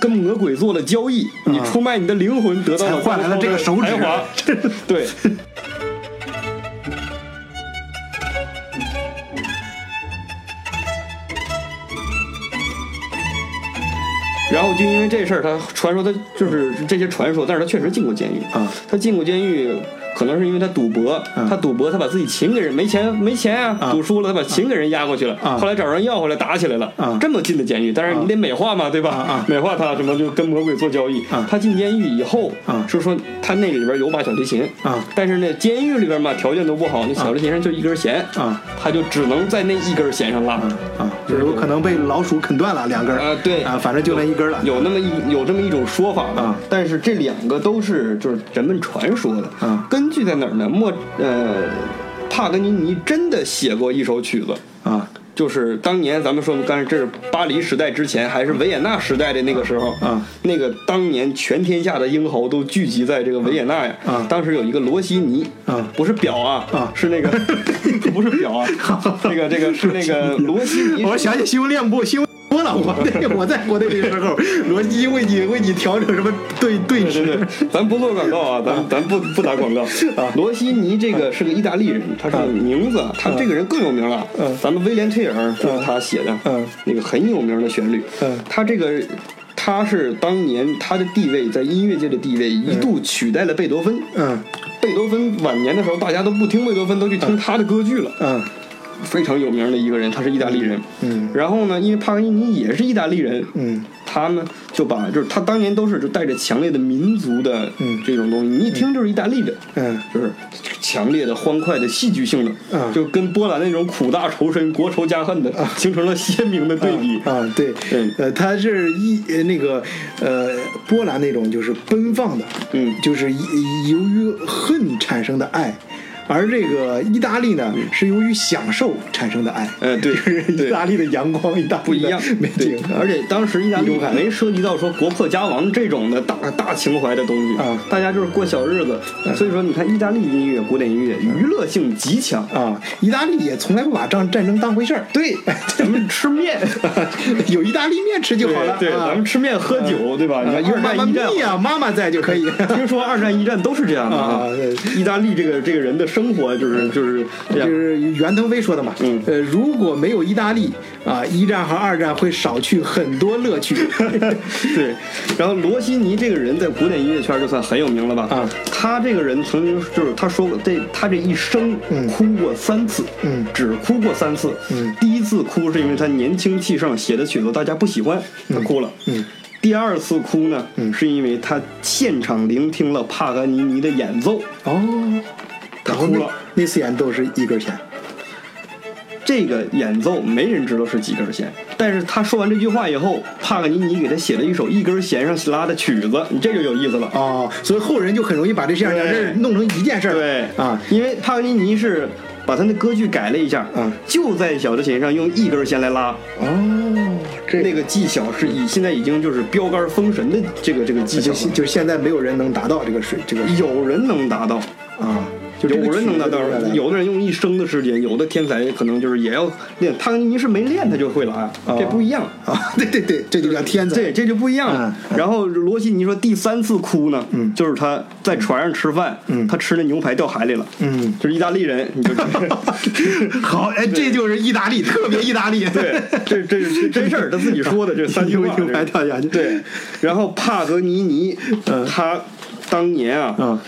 Speaker 2: 跟魔鬼做了交易，你出卖你的灵魂得到
Speaker 1: 嗯才
Speaker 2: 了
Speaker 1: 换来了这个手指
Speaker 2: 才华， 对。然后就因为这事儿，他传说他就是这些传说，但是他确实进过监狱
Speaker 1: 啊。
Speaker 2: 他进过监狱，可能是因为他赌博，
Speaker 1: 嗯
Speaker 2: 他赌博，他把自己琴给人没钱没钱啊，
Speaker 1: 啊
Speaker 2: 赌输了，他把琴给人押过去了，
Speaker 1: 啊
Speaker 2: 后来找人要回来打起来了，
Speaker 1: 啊
Speaker 2: 这么进的监狱，但是你得美化嘛，对吧？
Speaker 1: 啊啊
Speaker 2: 美化他什么就跟魔鬼做交易。
Speaker 1: 啊
Speaker 2: 他进监狱以后，
Speaker 1: 啊
Speaker 2: 是说他那里边有把小提琴，
Speaker 1: 啊
Speaker 2: 但是呢，监狱里边嘛条件都不好，那小提琴上就一根弦，
Speaker 1: 啊
Speaker 2: 他就只能在那一根弦上拉。
Speaker 1: 啊啊，就是有可能被老鼠啃断了两根儿
Speaker 2: 啊对
Speaker 1: 啊，反正就那一根儿了
Speaker 2: 有那么一有这么一种说法吧
Speaker 1: 啊
Speaker 2: 但是这两个都是就是人们传说的，
Speaker 1: 啊
Speaker 2: 根据在哪儿呢？莫呃，帕格尼尼真的写过一首曲子，
Speaker 1: 啊
Speaker 2: 就是当年咱们说，刚才这是巴黎时代之前，还是维也纳时代的那个时候
Speaker 1: 啊，
Speaker 2: 那个当年全天下的英豪都聚集在这个维也纳呀。
Speaker 1: 啊
Speaker 2: 当时有一个罗西尼
Speaker 1: 啊
Speaker 2: 不是表啊，
Speaker 1: 啊
Speaker 2: 是 那个不是表啊，这个这个是 那个罗西尼。
Speaker 1: 我想起修炼部修多了，我 那我在国内那时候，罗辑为你为你调整什么对对
Speaker 2: 对对
Speaker 1: 时，
Speaker 2: 对， 咱不做广告 啊，咱咱不不打广告。
Speaker 1: 啊
Speaker 2: 罗西尼这个是个意大利人，他是个名字，啊他
Speaker 1: 啊
Speaker 2: 这个人更有名了。
Speaker 1: 嗯
Speaker 2: 咱们威廉退尔就是他写的，
Speaker 1: 嗯
Speaker 2: 那个很有名的旋律。
Speaker 1: 嗯
Speaker 2: 他这个他是当年他的地位在音乐界的地位一度取代了贝多芬。
Speaker 1: 嗯
Speaker 2: 贝多芬晚年的时候，大家都不听贝多芬，都去听他的歌剧了。
Speaker 1: 嗯
Speaker 2: 非常有名的一个人，他是意大利人。
Speaker 1: 嗯
Speaker 2: 然后呢，因为帕格尼尼也是意大利人，
Speaker 1: 嗯
Speaker 2: 他们就把就是他当年都是就带着强烈的民族的
Speaker 1: 嗯
Speaker 2: 这种东西，你一听就是意大利的，
Speaker 1: 嗯
Speaker 2: 就是强烈的、欢快的、戏剧性的，
Speaker 1: 嗯
Speaker 2: 就跟波兰那种苦大仇深、国仇家恨的、形成了鲜明的对比。
Speaker 1: 啊对
Speaker 2: 嗯，
Speaker 1: 呃，他是一呃那个呃波兰那种就是奔放的，
Speaker 2: 嗯
Speaker 1: 就是一由于恨产生的爱。而这个意大利呢，是由于享受产生的爱。
Speaker 2: 嗯呃对
Speaker 1: 就是
Speaker 2: 对
Speaker 1: 意大利的阳光，意大利
Speaker 2: 不一样
Speaker 1: 的美，
Speaker 2: 对
Speaker 1: 景，，
Speaker 2: 而且当时意大利
Speaker 1: 一种感嗯
Speaker 2: 没涉及到说国破家亡这种的大大情怀的东西
Speaker 1: 啊
Speaker 2: 大家就是过小日子，
Speaker 1: 嗯
Speaker 2: 所以说你看意大利音乐、古典音乐娱乐性极强，
Speaker 1: 啊，意大利也从来不把战战争当回事儿。对，
Speaker 2: 咱们吃面，
Speaker 1: 有意大利面吃就好了。
Speaker 2: 对，
Speaker 1: 啊
Speaker 2: 咱们吃面喝酒，对吧？你
Speaker 1: 啊，
Speaker 2: 看
Speaker 1: 有
Speaker 2: 二
Speaker 1: 妈妈
Speaker 2: 战一战
Speaker 1: 咪。呀，妈妈在就可 以。
Speaker 2: 听说二战、一战都是这样的
Speaker 1: 啊对
Speaker 2: 意大利这个这个人的生活就是就是这
Speaker 1: 就
Speaker 2: 样，
Speaker 1: 是袁腾飞说的嘛，
Speaker 2: 嗯
Speaker 1: 呃，如果没有意大利啊，一战和二战会少去很多乐 趣。
Speaker 2: 对。然后罗西尼这个人在古典音乐圈就算很有名了吧？
Speaker 1: 啊，
Speaker 2: 他这个人曾经就是他说过，这他这一生
Speaker 1: 嗯
Speaker 2: 哭过三次，
Speaker 1: 嗯
Speaker 2: 只哭过三次。
Speaker 1: 嗯
Speaker 2: 第一次哭是因为他年轻气盛写的曲子大家不喜欢，他哭了。
Speaker 1: 嗯
Speaker 2: 第二次哭呢，
Speaker 1: 嗯
Speaker 2: 是因为他现场聆听了帕格尼尼的演奏，
Speaker 1: 哦，
Speaker 2: 他
Speaker 1: 然后
Speaker 2: 哭
Speaker 1: 那
Speaker 2: 了。
Speaker 1: 那次演奏是一根弦，
Speaker 2: 这个演奏没人知道是几根弦，但是他说完这句话以后，帕格尼尼给他写了一首一根弦上拉的曲子，你这就有意思了。
Speaker 1: 哦，所以后人就很容易把这两件事儿
Speaker 2: 对
Speaker 1: 弄成一件事儿。
Speaker 2: 对
Speaker 1: 啊，，
Speaker 2: 因为帕格尼尼是把他的歌剧改了一下，
Speaker 1: 嗯
Speaker 2: 就在小提琴上用一根弦来拉，
Speaker 1: 哦，这
Speaker 2: 那个技巧是以现在已经就是标杆封神的这个这个技
Speaker 1: 就
Speaker 2: 巧了，
Speaker 1: 就是现在没有人能达到这个水这个水
Speaker 2: 有人能达到。
Speaker 1: 啊，就这
Speaker 2: 有
Speaker 1: 个
Speaker 2: 人能达到
Speaker 1: 曲子留下，来
Speaker 2: 有的人用一生的时间，有的天才可能就是也要练。帕格尼尼是没练他就会拉，
Speaker 1: 哦
Speaker 2: 这不一样。
Speaker 1: 啊，对对对，这就叫天才。
Speaker 2: 对，这就不一样了。
Speaker 1: 嗯
Speaker 2: 然后罗西尼说第三次哭呢，
Speaker 1: 嗯
Speaker 2: 就是他在船上吃饭，
Speaker 1: 嗯
Speaker 2: 他吃那牛排掉海里了，
Speaker 1: 嗯，
Speaker 2: 就是意大利人，你就知道
Speaker 1: 好，哎，这就是意大利，特别意大利。
Speaker 2: 对，这这是真事儿，他自己说的，这三句
Speaker 1: 牛
Speaker 2: 话。
Speaker 1: 牛排掉下去。
Speaker 2: 对，然后帕格尼尼，
Speaker 1: 嗯
Speaker 2: 他当年啊，
Speaker 1: 嗯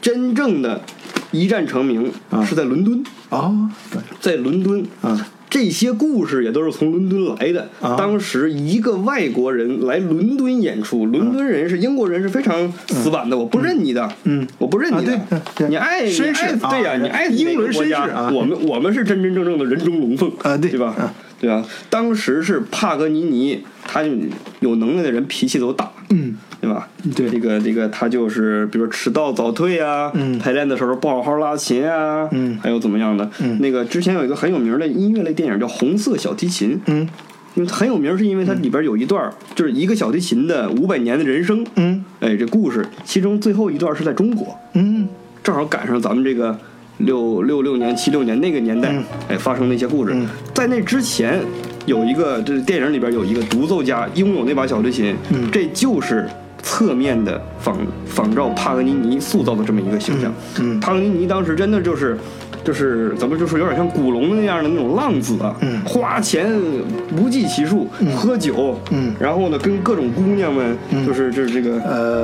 Speaker 2: 真正的一战成名、
Speaker 1: 嗯
Speaker 2: 是在伦敦，
Speaker 1: 哦，
Speaker 2: 在伦敦，啊
Speaker 1: 嗯
Speaker 2: 这些故事也都是从伦敦来的。
Speaker 1: 啊
Speaker 2: 当时一个外国人来伦敦演出，伦敦人是英国人是非常死板的，我不认你的，
Speaker 1: 嗯
Speaker 2: 我不认你的，
Speaker 1: 啊对对
Speaker 2: 你爱你
Speaker 1: 绅士
Speaker 2: 爱
Speaker 1: 啊
Speaker 2: 对呀、你爱
Speaker 1: 英伦
Speaker 2: 哪个国家
Speaker 1: 绅士啊
Speaker 2: 我们我们是真真正正的人中龙凤
Speaker 1: 啊对
Speaker 2: 对吧？
Speaker 1: 啊
Speaker 2: 对吧？当时是帕格尼尼，他就有能耐的人脾气都大，
Speaker 1: 嗯，
Speaker 2: 对吧？
Speaker 1: 对
Speaker 2: 这个这个他就是，比如说迟到早退啊，
Speaker 1: 嗯
Speaker 2: 排练的时候不好好拉琴啊，
Speaker 1: 嗯
Speaker 2: 还有怎么样的？
Speaker 1: 嗯
Speaker 2: 那个之前有一个很有名的音乐类电影叫《红色小提琴》，
Speaker 1: 嗯
Speaker 2: 因为它很有名，是因为它里边有一段儿、就是一个小提琴的五百年的人生，
Speaker 1: 嗯
Speaker 2: 哎，这故事，其中最后一段是在中国，
Speaker 1: 嗯
Speaker 2: 正好赶上咱们这个六六六年、七六年那个年代，
Speaker 1: 嗯
Speaker 2: 哎，发生的一些故事。
Speaker 1: 嗯
Speaker 2: 在那之前，有一个这电影里边有一个独奏家拥有那把小提琴，
Speaker 1: 嗯
Speaker 2: 这就是侧面的仿仿照帕格尼尼塑造的这么一个形象。
Speaker 1: 嗯嗯
Speaker 2: 帕格尼尼当时真的就是。就是咱们就说有点像古龙那样的那种浪子啊，
Speaker 1: 嗯
Speaker 2: 花钱不计其数，喝酒，
Speaker 1: 嗯
Speaker 2: 然后呢跟各种姑娘们，就是就是这个，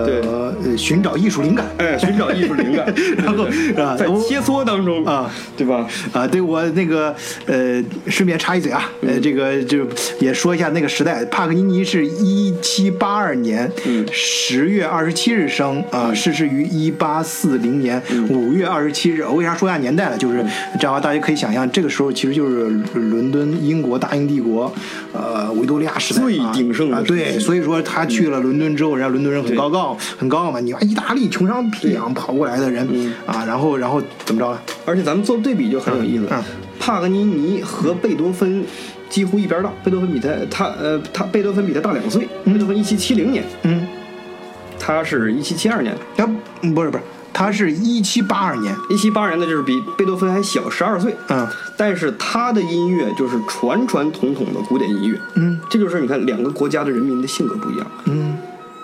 Speaker 2: 对，
Speaker 1: 呃，呃寻找艺术灵感。
Speaker 2: 哎，寻找艺术灵 感，
Speaker 1: 然后啊
Speaker 2: 在
Speaker 1: 我
Speaker 2: 切磋当中
Speaker 1: 啊，
Speaker 2: 对吧？
Speaker 1: 啊，对我那个呃，顺便插一嘴啊，呃，这个就也说一下那个时代，帕格尼尼是一七八二年
Speaker 2: 嗯
Speaker 1: 十月二十七日生啊、逝世于一八四零年
Speaker 2: 嗯
Speaker 1: 五月二十七日。为啥说一下年代呢？就是这样，大家可以想象，这个时候其实就是伦敦英国大英帝国呃维多利亚时代
Speaker 2: 最
Speaker 1: 啊
Speaker 2: 鼎盛的
Speaker 1: 啊
Speaker 2: 时
Speaker 1: 对，
Speaker 2: 期嗯
Speaker 1: 所以说他去了伦敦之后，人家伦敦人很
Speaker 2: 对
Speaker 1: 高傲，很高傲嘛。你看意大利穷乡僻壤跑过来的人
Speaker 2: 嗯
Speaker 1: 啊，然后然后怎么着啊？
Speaker 2: 而且咱们做对比就很有意思
Speaker 1: 嗯嗯，
Speaker 2: 帕格尼尼和贝多芬几乎一边大，贝多芬比他他呃他贝多芬比他大两岁，贝多芬一七七零年，
Speaker 1: 嗯。
Speaker 2: 他是一七七二年，
Speaker 1: 他嗯不是不是，他是一七八二年，
Speaker 2: 一七八二年的就是比贝多芬还小十二岁，
Speaker 1: 嗯
Speaker 2: 但是他的音乐就是传传统统的古典音乐，
Speaker 1: 嗯
Speaker 2: 这就是你看两个国家的人民的性格不一样，
Speaker 1: 嗯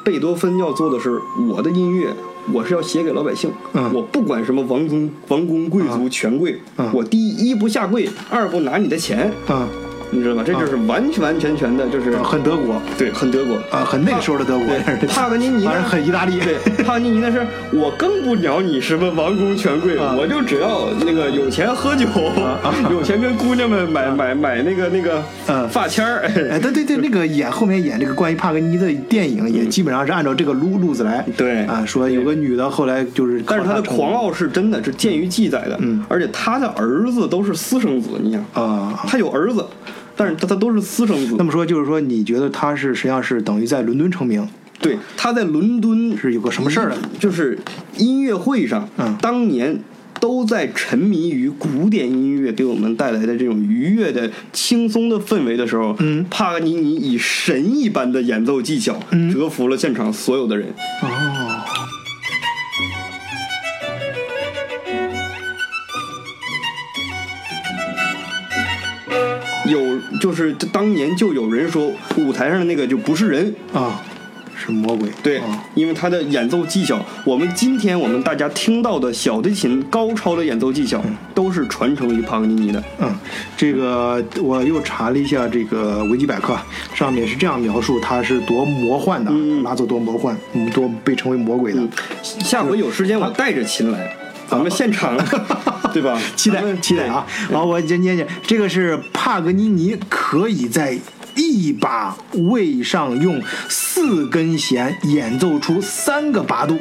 Speaker 2: 贝多芬要做的是，我的音乐我是要写给老百姓，
Speaker 1: 嗯
Speaker 2: 我不管什么王公、王公贵族、权贵，
Speaker 1: 嗯
Speaker 2: 我第一不下跪，二不拿你的钱，
Speaker 1: 嗯，
Speaker 2: 你知道吧？这就是完全完全全的，就是、
Speaker 1: 很德国
Speaker 2: 对，哦很德国。
Speaker 1: 啊，很那个时候的德国，
Speaker 2: 对，帕格尼尼呢
Speaker 1: 反正很意大利，
Speaker 2: 对，帕格尼尼那是我更不鸟你什么王公权贵，
Speaker 1: 啊
Speaker 2: 我就只要那个有钱喝酒，
Speaker 1: 啊
Speaker 2: 有钱跟姑娘们买、买买那个那个
Speaker 1: 嗯
Speaker 2: 发签儿。
Speaker 1: 哎，对对对，那个演后面演这个关于帕格尼的电影，也基本上是按照这个路路子来。
Speaker 2: 嗯对
Speaker 1: 啊，说有个女的后来就是，
Speaker 2: 但是他的狂傲是真的，是见于记载的。
Speaker 1: 嗯
Speaker 2: 而且他的儿子都是私生子，你想，
Speaker 1: 啊。
Speaker 2: 他有儿子，但是他他都是私生
Speaker 1: 那
Speaker 2: 子。
Speaker 1: 么说就是说，你觉得他是实际上是等于在伦敦成名？
Speaker 2: 对，他在伦敦
Speaker 1: 是有个什么事儿啊
Speaker 2: 就是音乐会上，
Speaker 1: 嗯
Speaker 2: 当年都在沉迷于古典音乐给我们带来的这种愉悦的、轻松的氛围的时候，
Speaker 1: 嗯
Speaker 2: 帕格尼尼以神一般的演奏技巧，
Speaker 1: 嗯
Speaker 2: 折服了现场所有的人。
Speaker 1: 哦，
Speaker 2: 有就是当年就有人说，舞台上的那个就不是人，
Speaker 1: 啊，是魔鬼。
Speaker 2: 对
Speaker 1: 啊，
Speaker 2: 因为他的演奏技巧，我们今天我们大家听到的小提琴高超的演奏技巧，都是传承于帕格尼尼的。
Speaker 1: 嗯，这个我又查了一下这个维基百科，上面是这样描述它是多魔幻的，
Speaker 2: 嗯
Speaker 1: 拉奏多魔幻，嗯，多被称为魔鬼的。
Speaker 2: 下回有时间我带着琴来，咱们现 场，对吧？
Speaker 1: 嗯期待
Speaker 2: 咱们
Speaker 1: 期待啊！好，我先念念，这个是帕格尼尼可以在一把位上用四根弦演奏出三个八度。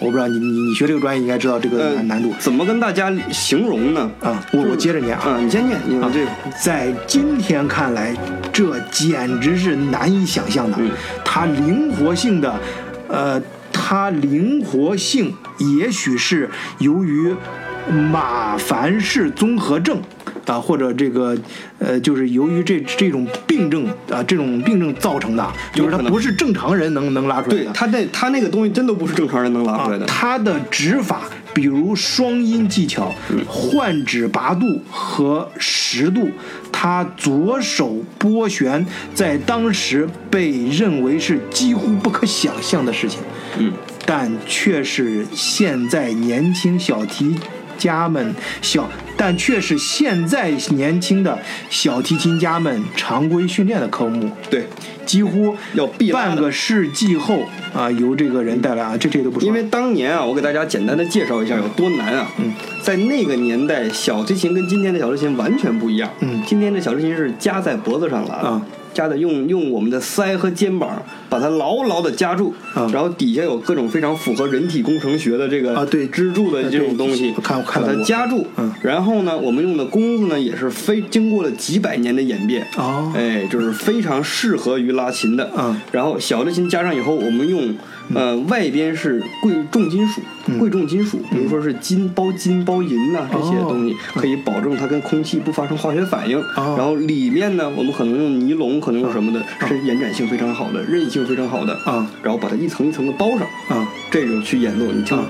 Speaker 1: 我不知道你你你学这个专业应该知道这个
Speaker 2: 呃
Speaker 1: 嗯难难度
Speaker 2: 怎么跟大家形容呢？
Speaker 1: 啊、我我接着念啊。嗯
Speaker 2: 啊，你先念，你这个
Speaker 1: 在今天看来，这简直是难以想象的
Speaker 2: 嗯。
Speaker 1: 它灵活性的，呃，它灵活性也许是由于马凡氏综合症啊、或者这个呃，就是由于这这种病症啊、这种病症造成的，就是它
Speaker 2: 有可能
Speaker 1: 不是正常人能能拉出来
Speaker 2: 对
Speaker 1: 的。
Speaker 2: 他那他那个东西真的不是正常人能拉出来的。
Speaker 1: 它啊的指法，比如双音技巧、换指八度和十度，他左手拨弦，在当时被认为是几乎不可想象的事情，
Speaker 2: 嗯，
Speaker 1: 但却是现在年轻小提家们小，但却是现在年轻的小提琴家们常规训练的科目。
Speaker 2: 对，
Speaker 1: 几乎
Speaker 2: 要必拉的
Speaker 1: 半个世纪后啊、由这个人带来啊，这这都不说了。
Speaker 2: 因为当年啊，我给大家简单的介绍一下有多难啊。
Speaker 1: 嗯，
Speaker 2: 在那个年代，小提琴跟今天的小提琴完全不一样。
Speaker 1: 嗯
Speaker 2: 今天的小提琴是夹在脖子上拉的，
Speaker 1: 啊
Speaker 2: 夹的用用我们的腮和肩膀把它牢牢的夹住，
Speaker 1: 啊
Speaker 2: 然后底下有各种非常符合人体工程学的这个
Speaker 1: 啊对
Speaker 2: 支柱的这种东西，
Speaker 1: 我看我看到
Speaker 2: 把它
Speaker 1: 过
Speaker 2: 夹住。
Speaker 1: 嗯
Speaker 2: 然后呢，我们用的弓子呢也是非经过了几百年的演变。
Speaker 1: 哦
Speaker 2: 哎，就是非常适合于拉琴的。
Speaker 1: 嗯
Speaker 2: 然后小提琴加上以后，我们用呃外边是贵重金属，贵重金属，比如说是金包金包银呐、这些
Speaker 1: 嗯哦
Speaker 2: 东西，可以保证它跟空气不发生化学反应。
Speaker 1: 哦
Speaker 2: 然后里面呢，我们可能用尼龙，可能用什么的，是延展性非常好的，韧性非常好的
Speaker 1: 啊
Speaker 2: 然后把它一层一层的包上
Speaker 1: 啊，
Speaker 2: 这种去演奏，你听。
Speaker 1: 啊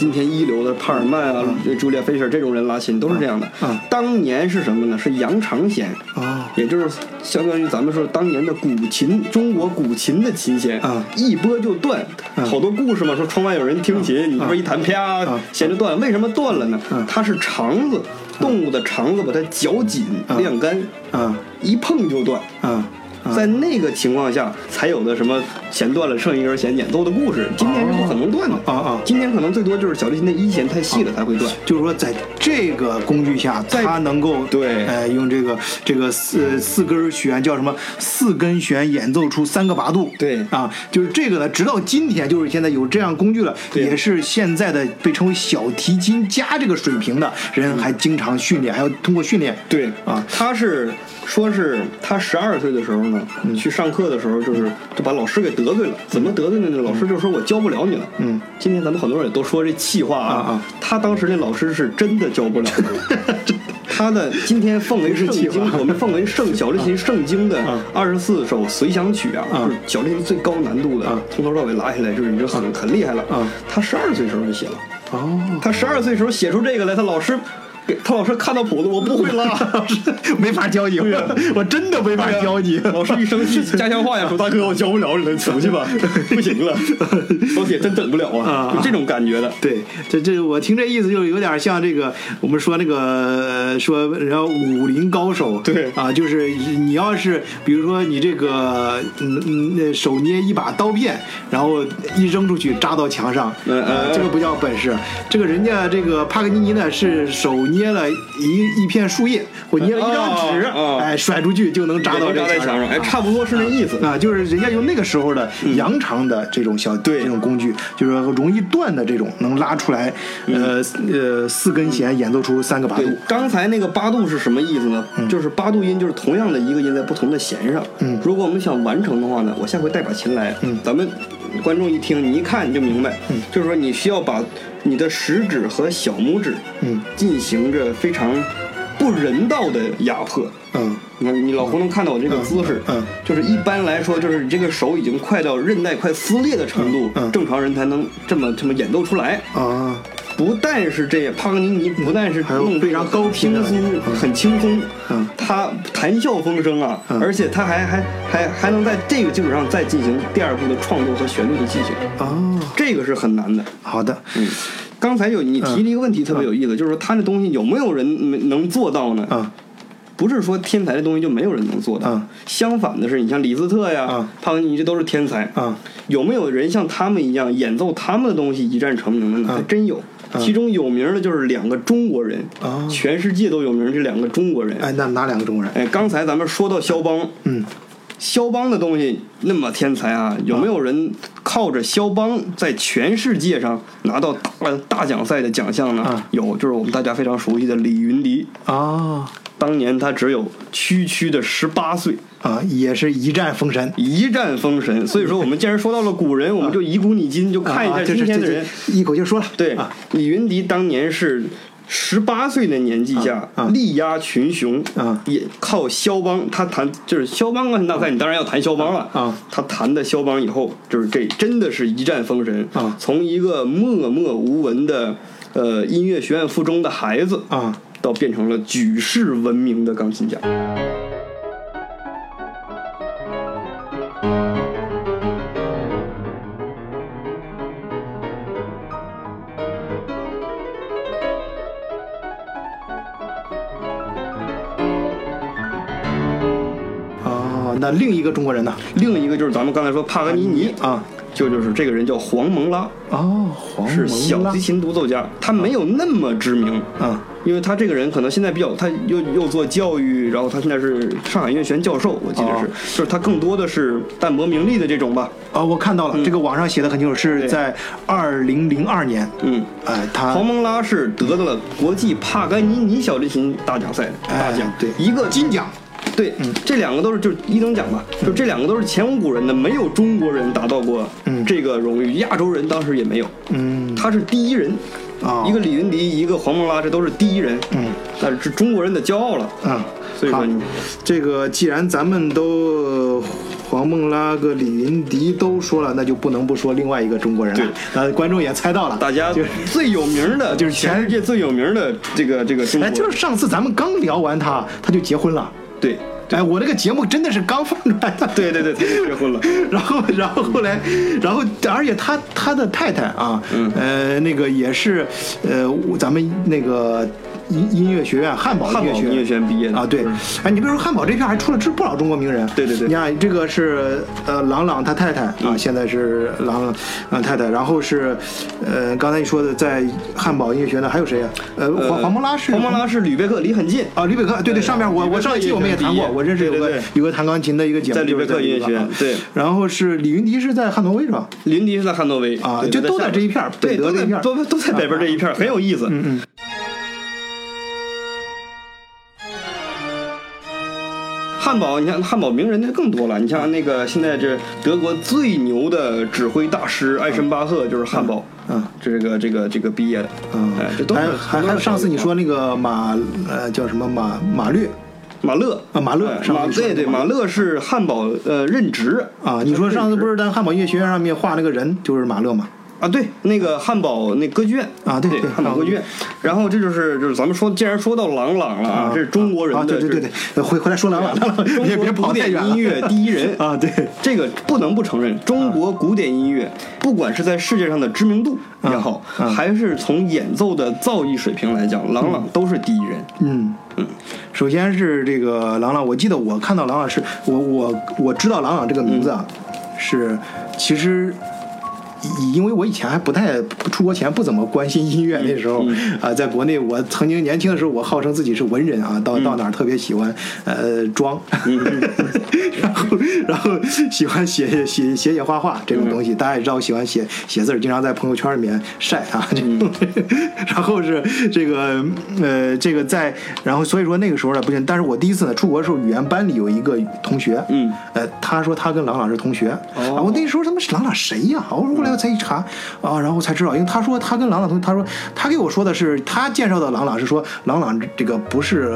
Speaker 2: 今天一流的帕尔曼
Speaker 1: 哦
Speaker 2: 啊、朱丽叶·菲舍这种人拉琴都是这样的。
Speaker 1: 啊啊
Speaker 2: 当年是什么呢？是羊肠弦，
Speaker 1: 哦
Speaker 2: 也就是相当于咱们说当年的古琴，中国古琴的琴弦
Speaker 1: 啊
Speaker 2: 一拨就断，
Speaker 1: 啊
Speaker 2: 好多故事嘛，说窗外有人听琴，你这边一弹，啪
Speaker 1: 啊，
Speaker 2: 弦就断了。为什么断了呢
Speaker 1: 啊？
Speaker 2: 它是肠子，动物的肠子把它绞紧
Speaker 1: 啊
Speaker 2: 晾干，
Speaker 1: 啊
Speaker 2: 一碰就断。
Speaker 1: 啊啊！
Speaker 2: 在那个情况下，才有的什么弦断了剩一根弦演奏的故事。今天是不可能断的
Speaker 1: 啊啊
Speaker 2: 今天可能最多就是小提琴的一弦太细了才会断。
Speaker 1: 就是说，在这个工具下，
Speaker 2: 在
Speaker 1: 它能够
Speaker 2: 对
Speaker 1: 呃，用这个这个四四根弦叫什么？四根弦演奏出三个八度。
Speaker 2: 对
Speaker 1: 啊，就是这个呢，直到今天，就是现在有这样工具了，
Speaker 2: 对
Speaker 1: 也是现在的被称为小提琴家这个水平的人还经常训练，还要通过训练。
Speaker 2: 对
Speaker 1: 啊，
Speaker 2: 他是说是他十二岁的时候呢，去上课的时候，就是就把老师给得罪了。怎么得罪的呢？老师就说我教不了你了。
Speaker 1: 嗯，
Speaker 2: 今天咱们很多人也都说这气话
Speaker 1: 啊啊
Speaker 2: 他当时那老师是真的教不了 了。他的今天奉为圣
Speaker 1: 不是气
Speaker 2: 经
Speaker 1: 话，
Speaker 2: 我们奉为圣小提琴圣经的
Speaker 1: 啊
Speaker 2: 二十四首随想曲啊，
Speaker 1: 啊
Speaker 2: 就是小提琴最高难度的
Speaker 1: 啊，
Speaker 2: 从头到尾拉下来就是已经很很厉害了
Speaker 1: 啊。
Speaker 2: 他十二岁时候就写了。
Speaker 1: 哦，
Speaker 2: 他十二岁时候写出这个来，他老师给他老师看到谱子，我不会 拉。
Speaker 1: 没法教你，我真的没法教你。
Speaker 2: 老师一生气，家乡话呀， 说大哥，我教不了你了，出去 吧，不行了，老铁真整不了啊，
Speaker 1: 啊
Speaker 2: 就这种感觉的。
Speaker 1: 对，这这我听这意思就是有点像这个我们说那个呃说人家武林高手，
Speaker 2: 对
Speaker 1: 啊，就是你要是比如说你这个嗯嗯那手捏一把刀片，然后一扔出去扎到墙上，
Speaker 2: 嗯嗯
Speaker 1: 啊
Speaker 2: 嗯
Speaker 1: 这个不叫本事。这个人家这个帕格尼尼呢是手捏了一一片树叶，或捏了一张纸，
Speaker 2: 哦哦哦
Speaker 1: 哎甩出去就能扎到
Speaker 2: 也能
Speaker 1: 这
Speaker 2: 扎在
Speaker 1: 上
Speaker 2: 墙，上，哎，差不多是那意思。
Speaker 1: 啊，就是人家用那个时候的
Speaker 2: 嗯
Speaker 1: 羊肠的这种小、
Speaker 2: 对
Speaker 1: 这种工具，就是容易断的这种，能拉出来，呃呃四根弦演奏出三个八
Speaker 2: 嗯对
Speaker 1: 度。，
Speaker 2: 刚才那个八度是什么意思呢？就是八度音，就是同样的一个音在不同的弦上。
Speaker 1: 嗯
Speaker 2: 如果我们想完成的话呢，我下回带把琴来，嗯，咱们观众一听，你一看你就明白，嗯，就是说你需要把你的食指和小拇指
Speaker 1: 嗯
Speaker 2: 进行着非常不人道的压迫。
Speaker 1: 嗯
Speaker 2: 你看，你老胡能看到我这个姿势，
Speaker 1: 嗯嗯嗯
Speaker 2: 就是一般来说，就是你这个手已经快到韧带快撕裂的程度，
Speaker 1: 嗯嗯
Speaker 2: 正常人才能这么这么演奏出来。
Speaker 1: 啊，
Speaker 2: 不但是这帕格尼尼，不但是
Speaker 1: 还有
Speaker 2: 弄
Speaker 1: 非常高频
Speaker 2: 轻
Speaker 1: 的
Speaker 2: 松，
Speaker 1: 嗯
Speaker 2: 很轻松，
Speaker 1: 嗯
Speaker 2: 他谈笑风生啊，
Speaker 1: 嗯
Speaker 2: 而且他还还还还能在这个基础上再进行第二步的创作和旋律的进行，
Speaker 1: 哦，
Speaker 2: 这个是很难的。
Speaker 1: 好的，
Speaker 2: 嗯，刚才有你提了一个问题特别有意思，就是说他那东西有没有人能能做到呢？
Speaker 1: 嗯
Speaker 2: 不是说天才的东西就没有人能做到，
Speaker 1: 嗯
Speaker 2: 相反的是，你像李斯特呀、
Speaker 1: 嗯
Speaker 2: 帕格尼尼，这都是天才，
Speaker 1: 嗯
Speaker 2: 有没有人像他们一样演奏他们的东西一战成名的呢？
Speaker 1: 嗯
Speaker 2: 还真有。其中有名的就是两个中国人，
Speaker 1: 哦
Speaker 2: 全世界都有名这两个中国人。
Speaker 1: 哎，那哪两个中国人？
Speaker 2: 哎，刚才咱们说到肖邦，
Speaker 1: 嗯
Speaker 2: 肖邦的东西那么天才啊，有没有人靠着肖邦在全世界上拿到大呃大奖赛的奖项呢？
Speaker 1: 嗯
Speaker 2: 有，就是我们大家非常熟悉的李云迪，
Speaker 1: 啊
Speaker 2: 当年他只有区区的十八岁，
Speaker 1: 啊，也是一战封神。
Speaker 2: 一战封神。所以说，我们既然说到了古人，我们就以古拟今，就看一
Speaker 1: 啊
Speaker 2: 下
Speaker 1: 啊这
Speaker 2: 今
Speaker 1: 是
Speaker 2: 天的
Speaker 1: 这
Speaker 2: 人。
Speaker 1: 这一口就说了。
Speaker 2: 对
Speaker 1: 啊，
Speaker 2: 李云迪当年是十八岁的年纪下
Speaker 1: 啊啊
Speaker 2: 力压群雄
Speaker 1: 啊
Speaker 2: 也靠肖邦，他弹就是肖邦钢琴大赛，你当然要弹肖邦了
Speaker 1: 啊。
Speaker 2: 他弹的肖邦以后，就是这真的是一战封神
Speaker 1: 啊
Speaker 2: 从一个默默无闻的呃音乐学院附中的孩子
Speaker 1: 啊，
Speaker 2: 到变成了举世闻名的钢琴家。
Speaker 1: 哦，那另一个中国人呢？
Speaker 2: 另一个就是咱们刚才说帕格尼尼，
Speaker 1: 啊，
Speaker 2: 就就是这个人叫黄蒙拉，
Speaker 1: 哦，黄
Speaker 2: 是
Speaker 1: 蒙
Speaker 2: 小
Speaker 1: 拉
Speaker 2: 提琴独奏家，他没有那么知名。
Speaker 1: 啊
Speaker 2: 因为他这个人可能现在比较，他又又做教育，然后他现在是上海音乐学院教授，我记得是，
Speaker 1: 哦
Speaker 2: 就是他更多的是淡泊名利的这种吧，
Speaker 1: 啊，我看到了，这个网上写的很清楚，是
Speaker 2: 嗯对
Speaker 1: 在二零零二年，
Speaker 2: 嗯。
Speaker 1: 哎，他
Speaker 2: 黄蒙拉是得到了国际帕甘尼尼小提琴大奖赛大奖，
Speaker 1: 哎对嗯
Speaker 2: 一个
Speaker 1: 金奖
Speaker 2: 对，这两个都是就是一等奖吧，就这两个都是前无古人的，没有中国人达到过
Speaker 1: 嗯
Speaker 2: 这个荣誉，亚洲人当时也没有，
Speaker 1: 嗯
Speaker 2: 他是第一人，
Speaker 1: 哦
Speaker 2: 一个李云迪，一个黄蒙拉，这都是第一人，
Speaker 1: 嗯，
Speaker 2: 但是是中国人的骄傲了，
Speaker 1: 啊，
Speaker 2: 所以说
Speaker 1: 好
Speaker 2: 你
Speaker 1: 这个既然咱们都呃黄梦拉个李云迪都说了，那就不能不说另外一个中国人了。呃，观众也猜到了，
Speaker 2: 大家
Speaker 1: 就是。
Speaker 2: 最有名的，
Speaker 1: 就是前
Speaker 2: 全世界最有名的这个这个中国
Speaker 1: 哎，
Speaker 2: 人，
Speaker 1: 就是上次咱们刚聊完他，他就结婚了。
Speaker 2: 对
Speaker 1: 哎，我这个节目真的是刚放出来的。
Speaker 2: 对对对，他就结婚了。
Speaker 1: 然后，然后后来，然后，而且他他的太太啊，
Speaker 2: 嗯
Speaker 1: 呃，那个也是，呃，我咱们那个音音乐学院汉堡
Speaker 2: 汉堡音乐学院毕业的
Speaker 1: 啊，对
Speaker 2: 嗯，
Speaker 1: 哎，你别说汉堡这片还出了不少中国名人，
Speaker 2: 对对对
Speaker 1: 你看这个是呃郎朗他太太啊，
Speaker 2: 嗯
Speaker 1: 现在是郎朗、呃、太太，然后是呃刚才你说的在汉堡音乐学院的还有谁呀、呃，
Speaker 2: 呃
Speaker 1: 黄黄蒙拉是
Speaker 2: 黄蒙拉是吕贝克，离很近。
Speaker 1: 啊，吕北克，对对，上面我
Speaker 2: 吕北
Speaker 1: 我
Speaker 2: 克
Speaker 1: 上一期
Speaker 2: 也
Speaker 1: 我们也
Speaker 2: 是
Speaker 1: 谈
Speaker 2: 第一
Speaker 1: 过，我认识有
Speaker 2: 对对
Speaker 1: 个
Speaker 2: 对
Speaker 1: 有个弹钢琴的一个姐妹，
Speaker 2: 在
Speaker 1: 就是
Speaker 2: 吕贝克
Speaker 1: 吕
Speaker 2: 音乐学院
Speaker 1: 啊
Speaker 2: 对
Speaker 1: 然后是李云迪是在汉诺威是吧？
Speaker 2: 林迪是在汉诺威
Speaker 1: 啊
Speaker 2: 对
Speaker 1: 就
Speaker 2: 对
Speaker 1: 都在
Speaker 2: 上
Speaker 1: 这一片儿
Speaker 2: 对，
Speaker 1: 北德
Speaker 2: 都
Speaker 1: 这
Speaker 2: 在
Speaker 1: 一片儿
Speaker 2: 都都在北边这一片儿，很有意思。
Speaker 1: 嗯嗯。
Speaker 2: 汉堡，你看汉堡名人那更多了。你像那个现在这德国最牛的指挥大师艾森巴赫，就是汉堡，
Speaker 1: 嗯嗯，
Speaker 2: 这个这个这个毕业的，
Speaker 1: 嗯
Speaker 2: 哎，这都，是
Speaker 1: 还有
Speaker 2: 很
Speaker 1: 还还
Speaker 2: 多
Speaker 1: 有
Speaker 2: 人
Speaker 1: 上次
Speaker 2: 都
Speaker 1: 你
Speaker 2: 有
Speaker 1: 说那个马呃叫什么马马略
Speaker 2: 马勒
Speaker 1: 啊马勒
Speaker 2: 哎
Speaker 1: 上次
Speaker 2: 马
Speaker 1: 你说
Speaker 2: 对对，
Speaker 1: 的马
Speaker 2: 马勒是汉堡呃任职
Speaker 1: 啊？你说上次不是在汉堡音乐学院上面画那个人就是马勒嘛？
Speaker 2: 啊，对，那个汉堡那歌剧院
Speaker 1: 啊对
Speaker 2: 对
Speaker 1: 对
Speaker 2: 汉堡歌剧院。然后这就是就是咱们说，既然说到郎朗了啊，这是中国人
Speaker 1: 啊，对
Speaker 2: 的
Speaker 1: 对对对，呃回回来说郎朗了，
Speaker 2: 中
Speaker 1: 别
Speaker 2: 国
Speaker 1: 别跑
Speaker 2: 古
Speaker 1: 太
Speaker 2: 典
Speaker 1: 远了
Speaker 2: 音乐第一人
Speaker 1: 啊，对，
Speaker 2: 这个不能不承认，中国古典音乐不管是在世界上的知名度也好，
Speaker 1: 嗯嗯
Speaker 2: 还是从演奏的造诣水平来讲，郎朗都是第一人。
Speaker 1: 嗯
Speaker 2: 嗯，
Speaker 1: 首先是这个郎朗，我记得我看到郎朗是我我我知道郎朗这个名字啊，是其实。以因为我以前还不太出国前不怎么关心音乐，那时候啊、在国内我曾经年轻的时候，我号称自己是文人啊，到到哪儿特别喜欢呃 装，然后然后喜欢写写写写画画这种东西，大家也知道我喜欢写写字儿，经常在朋友圈里面晒啊这种东西，然后是这个呃这个在然后所以说那个时候呢不行，但是我第一次呢出国的时候，语言班里有一个同学，
Speaker 2: 嗯
Speaker 1: 呃他说他跟郎朗是同学，
Speaker 2: 哦
Speaker 1: 啊我那时候他妈是郎朗谁呀、我后来来才一查啊，然后才知道，因为他说他跟朗朗同学，他说他给我说的是他介绍的朗朗是说朗朗这个不是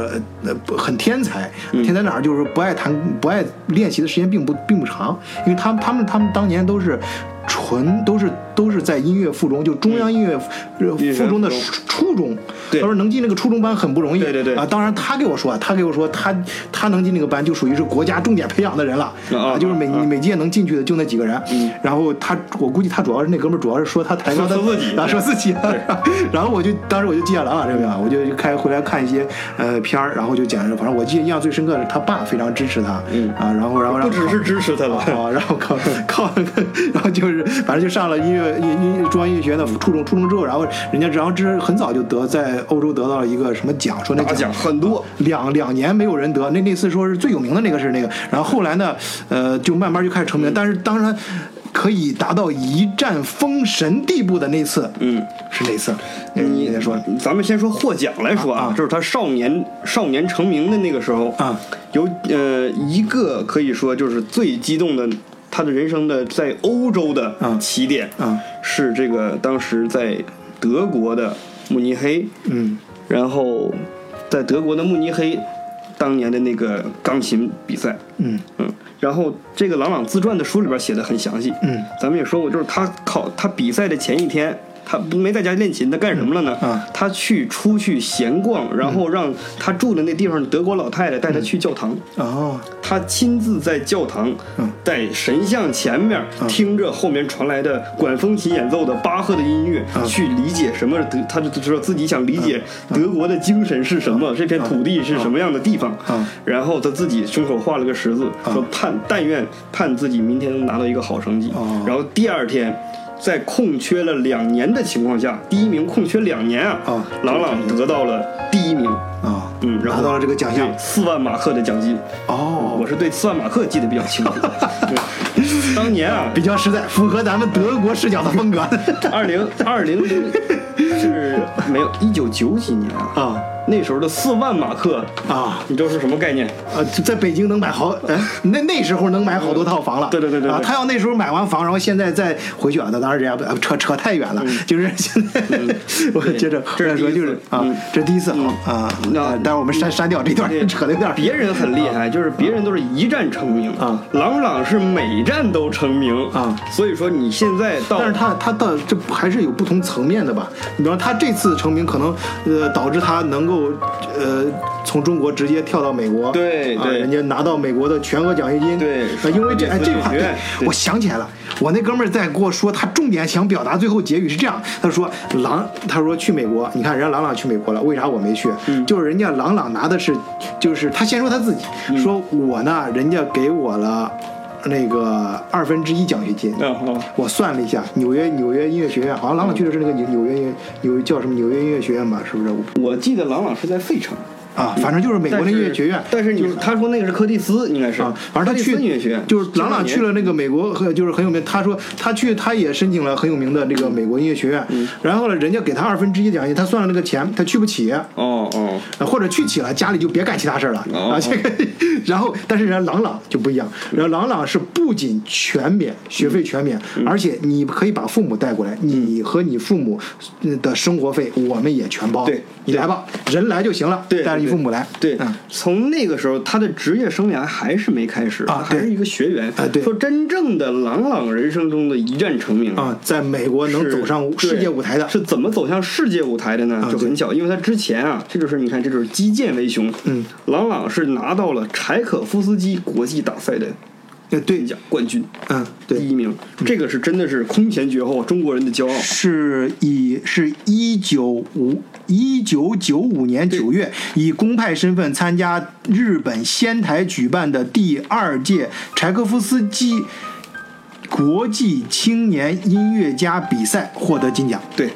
Speaker 1: 呃不很天才，天才哪儿就是不爱弹不爱练习的时间并不并不长，因为他他们他们当年都是。纯都是都是在音乐附中，就中央音乐呃
Speaker 2: 乐
Speaker 1: 附中的
Speaker 2: 附
Speaker 1: 初中，
Speaker 2: 对
Speaker 1: 他说能进那个初中班很不容易，
Speaker 2: 对对对
Speaker 1: 啊，当然他给我说，他给我说他他能进那个班就属于是国家重点培养的人了，
Speaker 2: 啊
Speaker 1: 就是每
Speaker 2: 啊嗯
Speaker 1: 每届能进去的就那几个人，然后他我估计他主要是那哥们儿主要是说他抬高他
Speaker 2: 说自己
Speaker 1: 啊说自己， 然后我就当时我就记下来了这个，啊我就开回来看一些呃片儿，然后就讲着，反正我记得印象最深刻的是他爸非常支持他，
Speaker 2: 嗯
Speaker 1: 啊，然后然后然后
Speaker 2: 不只是支持他了，
Speaker 1: 啊，然后靠靠，然后就是反正就上了音乐音音中央音乐学院的初中，初中之后，然后人家然后之很早就得在欧洲得到了一个什么奖，说那
Speaker 2: 大奖很
Speaker 1: 啊
Speaker 2: 多，
Speaker 1: 两两年没有人得，那那次说是最有名的那个是那个，然后后来呢，呃，就慢慢就开始成名，但是当然可以达到一战封神地步的那次，
Speaker 2: 嗯，
Speaker 1: 是那次，那你再说，
Speaker 2: 咱们先说获奖来说
Speaker 1: 啊
Speaker 2: 啊
Speaker 1: 啊，
Speaker 2: 就是他少年少年成名的那个时候
Speaker 1: 啊，
Speaker 2: 有呃一个可以说就是最激动的，他的人生的在欧洲的
Speaker 1: 啊
Speaker 2: 起点
Speaker 1: 啊
Speaker 2: 是这个当时在德国的慕尼黑，
Speaker 1: 嗯
Speaker 2: 然后在德国的慕尼黑当年的那个钢琴比赛，
Speaker 1: 嗯
Speaker 2: 嗯，然后这个朗朗自传的书里边写的很详细，
Speaker 1: 嗯，
Speaker 2: 咱们也说过，就是他考他比赛的前一天，他不没在家练琴，他干什么了呢？
Speaker 1: 嗯啊嗯
Speaker 2: 他去出去闲逛，然后让他住的那地方的德国老太太带他去教堂，
Speaker 1: 哦，
Speaker 2: 他亲自在教堂
Speaker 1: 嗯，
Speaker 2: 在神像前面听着后面传来的管风琴演奏的巴赫的音乐，
Speaker 1: 嗯
Speaker 2: 去理解什么德，他就知道自己想理解德国的精神是什么，这片土地是什么样的地方
Speaker 1: 嗯。
Speaker 2: 然后他自己胸口画了个十字，说盼但愿盼自己明天能拿到一个好成绩
Speaker 1: 哦。
Speaker 2: 然后第二天。在空缺了两年的情况下，第一名空缺两年啊
Speaker 1: 啊，
Speaker 2: 朗朗得到了第一名，
Speaker 1: 啊，
Speaker 2: 嗯，然后
Speaker 1: 拿到了这个奖项
Speaker 2: 对，四万马克的奖金，
Speaker 1: 哦
Speaker 2: 我。是对斯万马克记得比较清楚。对，当年啊
Speaker 1: 比，较实在，符合咱们德国视角的风格
Speaker 2: 二零二零零是没有一九九几年 啊，
Speaker 1: 啊
Speaker 2: 那时候的四万马克，
Speaker 1: 啊！
Speaker 2: 你知道是什么概念？
Speaker 1: 呃，在北京能买好，呃、那那时候能买好多套房了。
Speaker 2: 对对对对对
Speaker 1: 啊，他要那时候买完房，然后现在再回去啊，那当然人家不呃扯扯太远了， 就是现在、 我接着
Speaker 2: 嗯这是
Speaker 1: 再说
Speaker 2: 第一
Speaker 1: 就
Speaker 2: 次
Speaker 1: 是啊
Speaker 2: 嗯，
Speaker 1: 这是第一次好、啊，
Speaker 2: 那
Speaker 1: 呃待会儿我们删删掉这段
Speaker 2: 对，
Speaker 1: 扯的有点
Speaker 2: 别人很厉害，就是别人都是一战成名
Speaker 1: 啊
Speaker 2: 朗朗是每战都成名
Speaker 1: 啊
Speaker 2: 所以说你现在到
Speaker 1: 但是他他到这还是有不同层面的吧？你比方他这次成名，可能呃导致他能够呃从中国直接跳到美国，
Speaker 2: 对
Speaker 1: 啊
Speaker 2: 对
Speaker 1: 人家拿到美国的全额奖学金，
Speaker 2: 对
Speaker 1: 呃因为这哎
Speaker 2: 美国
Speaker 1: 这
Speaker 2: 美
Speaker 1: 块
Speaker 2: 学
Speaker 1: 对
Speaker 2: 对
Speaker 1: 我想起来了，我那哥们儿在跟我说，他重点想表达最后结语是这样，他说郎，他说去美国，你看人家郎朗去美国了，为啥我没去？
Speaker 2: 嗯
Speaker 1: 就是人家郎朗拿的是，就是他先说他自己，
Speaker 2: 嗯
Speaker 1: 说我呢，人家给我了那个二分之一奖学金，
Speaker 2: 啊啊
Speaker 1: 我算了一下，纽约纽约音乐学院，好像朗朗去的是那个纽纽约音纽叫什么纽约音乐学院吧？是不是？
Speaker 2: 我记得朗朗是在费城。
Speaker 1: 啊，反正就是美国的音乐学院。
Speaker 2: 嗯但是你他说那个是柯蒂斯，应该是
Speaker 1: 啊，反正他去
Speaker 2: 柯蒂斯音乐学院，
Speaker 1: 就是朗朗去了那个美国，和就是很有名。他说他去，他也申请了很有名的那个美国音乐学院。
Speaker 2: 嗯
Speaker 1: 然后呢，人家给他二分之一奖学金，他算了那个钱，他去不起。
Speaker 2: 哦哦，
Speaker 1: 或者去起了，家里就别干其他事儿了、
Speaker 2: 哦
Speaker 1: 啊。这个，然后但是人家朗朗就不一样，人家朗朗是不仅全免学费全免，
Speaker 2: 嗯
Speaker 1: 而且你可以把父母带过来，你和你父母的生活费我们也全包。
Speaker 2: 对
Speaker 1: 你来吧，人来就行了，
Speaker 2: 对，
Speaker 1: 带着你
Speaker 2: 对
Speaker 1: 父母来。
Speaker 2: 对
Speaker 1: 嗯，
Speaker 2: 从那个时候，他的职业生涯还是没开始
Speaker 1: 啊
Speaker 2: 他还是
Speaker 1: 对
Speaker 2: 一个学员
Speaker 1: 啊对
Speaker 2: 说真正的朗朗人生中的一战成名
Speaker 1: 啊，，在美国能
Speaker 2: 是
Speaker 1: 走上
Speaker 2: 对
Speaker 1: 世界舞台的，啊
Speaker 2: 是怎么走向世界舞台的呢？就
Speaker 1: 对
Speaker 2: 很巧，因为他之前啊，这就是你看，这就是击剑为雄。
Speaker 1: 嗯，
Speaker 2: 朗朗是拿到了柴可夫斯基国际大赛的
Speaker 1: 呃对
Speaker 2: 金，奖冠军，
Speaker 1: 嗯，对，
Speaker 2: 第一名，这个是真的是空前绝后，中国人的骄傲。
Speaker 1: 是以是一九五一九九五年九月，以公派身份参加日本仙台举办的第二届柴可夫斯基国际青年音乐家比赛获得金奖。
Speaker 2: 对，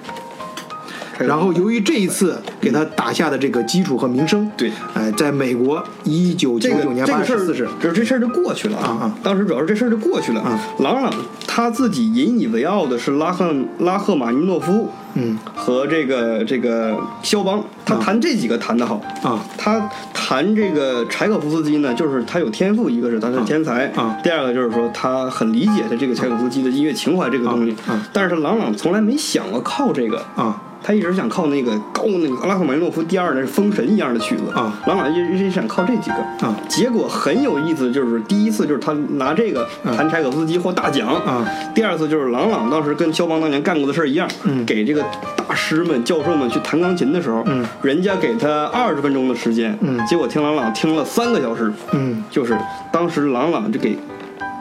Speaker 2: 开
Speaker 1: 然后由于这一次给他打下的这个基础和名声，
Speaker 2: 对
Speaker 1: 哎、在美国一九
Speaker 2: 这
Speaker 1: 九
Speaker 2: 个
Speaker 1: 九年
Speaker 2: 这
Speaker 1: 八
Speaker 2: 个
Speaker 1: 月
Speaker 2: 事
Speaker 1: 十四
Speaker 2: 儿，
Speaker 1: 日，
Speaker 2: 就是这事儿就过去了
Speaker 1: 啊啊
Speaker 2: 当时主要是这事儿就过去了。
Speaker 1: 啊
Speaker 2: 朗朗他自己引以为傲的是拉赫拉赫玛尼诺夫，
Speaker 1: 嗯
Speaker 2: 和这个这个肖邦，他弹这几个弹得好。
Speaker 1: 啊
Speaker 2: 他弹这个柴可夫斯基呢，就是他有天赋，一个是他是天才，
Speaker 1: 啊
Speaker 2: 第二个就是说他很理解的这个柴可夫斯基的音乐情怀这个东西，
Speaker 1: 啊啊
Speaker 2: 但是朗朗从来没想过靠这个，
Speaker 1: 啊
Speaker 2: 他一直想靠那个高那个拉赫玛尼诺夫第二的封神一样的曲子
Speaker 1: 啊
Speaker 2: 朗朗一直一直想靠这几个
Speaker 1: 啊
Speaker 2: 结果很有意思，就是第一次就是他拿这个
Speaker 1: 嗯
Speaker 2: 弹柴可夫斯基获大奖
Speaker 1: 啊
Speaker 2: 第二次就是朗朗当时跟肖邦当年干过的事儿一样，
Speaker 1: 嗯
Speaker 2: 给这个大师们教授们去弹钢琴的时候，
Speaker 1: 嗯
Speaker 2: 人家给他二十分钟的时间，
Speaker 1: 嗯
Speaker 2: 结果听朗朗听了三个小时，
Speaker 1: 嗯
Speaker 2: 就是当时朗朗就给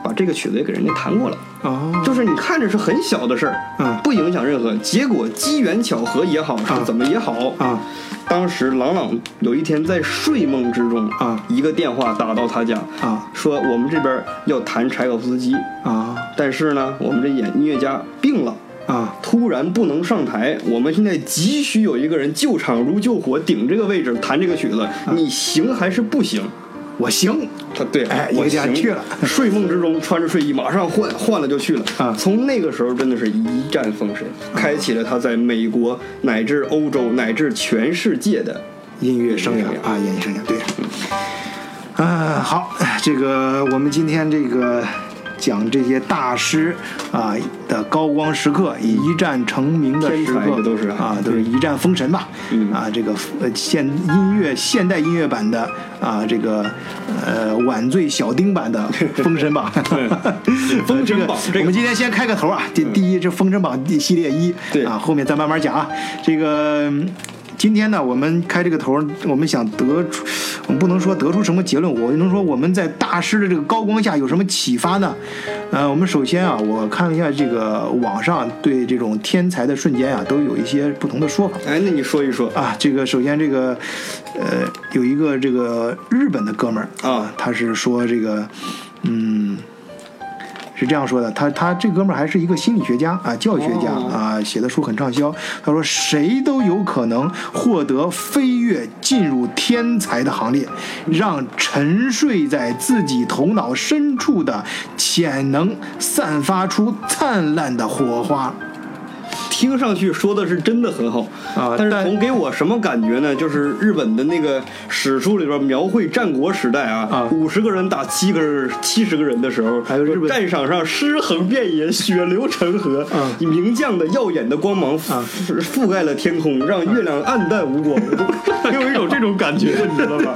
Speaker 2: 把这个曲子也给人家弹过了。
Speaker 1: 哦
Speaker 2: 就是你看着是很小的事儿，
Speaker 1: 嗯
Speaker 2: 不影响任何。结果机缘巧合也好，是怎么也好，
Speaker 1: 啊
Speaker 2: 当时朗朗有一天在睡梦之中，
Speaker 1: 啊
Speaker 2: 一个电话打到他家，
Speaker 1: 啊
Speaker 2: 说我们这边要弹柴可夫斯基，
Speaker 1: 啊
Speaker 2: 但是呢，我们这演音乐家病了。
Speaker 1: 啊
Speaker 2: 突然不能上台，我们现在急需有一个人救场如救火，顶这个位置弹这个曲子，
Speaker 1: 啊
Speaker 2: 你行还是不行？
Speaker 1: 我行
Speaker 2: 他对，
Speaker 1: 哎
Speaker 2: 我
Speaker 1: 一个家
Speaker 2: 行
Speaker 1: 去了
Speaker 2: 睡梦之中穿着睡衣，马上换换了就去了。
Speaker 1: 啊
Speaker 2: 从那个时候真的是一战封神，开启了他在美国乃至欧洲乃至全世界的。
Speaker 1: 音乐生涯啊，演艺生涯对。啊，好，这个我们今天这个讲这些大师啊的高光时刻，以一战成名的
Speaker 2: 天
Speaker 1: 时
Speaker 2: 才
Speaker 1: 刻
Speaker 2: 这都是
Speaker 1: 啊，都是一战封神吧。
Speaker 2: 嗯
Speaker 1: 啊，这个呃现音乐现代音乐版的啊，这个呃晚醉小丁版 的封神榜。
Speaker 2: 封神榜
Speaker 1: 这
Speaker 2: 这
Speaker 1: 个
Speaker 2: 个
Speaker 1: 我们今天先开个头啊，第第一是封神榜系列一，
Speaker 2: 对
Speaker 1: 啊，后面再慢慢讲啊。这个嗯今天呢，我们开这个头儿，我们想得出，我们不能说得出什么结论，我能说我们在大师的这个高光下有什么启发呢？呃，我们首先啊，我看了一下这个网上对这种天才的瞬间啊，都有一些不同的说法。
Speaker 2: 哎，那你说一说
Speaker 1: 啊，这个首先这个，呃，有一个这个日本的哥们儿
Speaker 2: 啊
Speaker 1: 他是说这个，嗯，是这样说的，他他这哥们儿还是一个心理学家啊，教育学家、
Speaker 2: 哦
Speaker 1: 啊，写的书很畅销。他说谁都有可能获得飞跃，进入天才的行列，让沉睡在自己头脑深处的潜能散发出灿烂的火花。
Speaker 2: 听上去说的是真的很好
Speaker 1: 啊
Speaker 2: 但
Speaker 1: 但
Speaker 2: 是从给我什么感觉呢？就是日本的那个史书里边描绘战国时代
Speaker 1: 啊
Speaker 2: 啊，五十、个人打七个人、七十个人的时候，
Speaker 1: 还有日本
Speaker 2: 战场上尸横遍野，血流成河，
Speaker 1: 啊
Speaker 2: 以名将的耀眼的光芒
Speaker 1: 啊
Speaker 2: 覆覆盖了天空，让月亮暗淡无 光，给我一种这种感觉，你知道吧？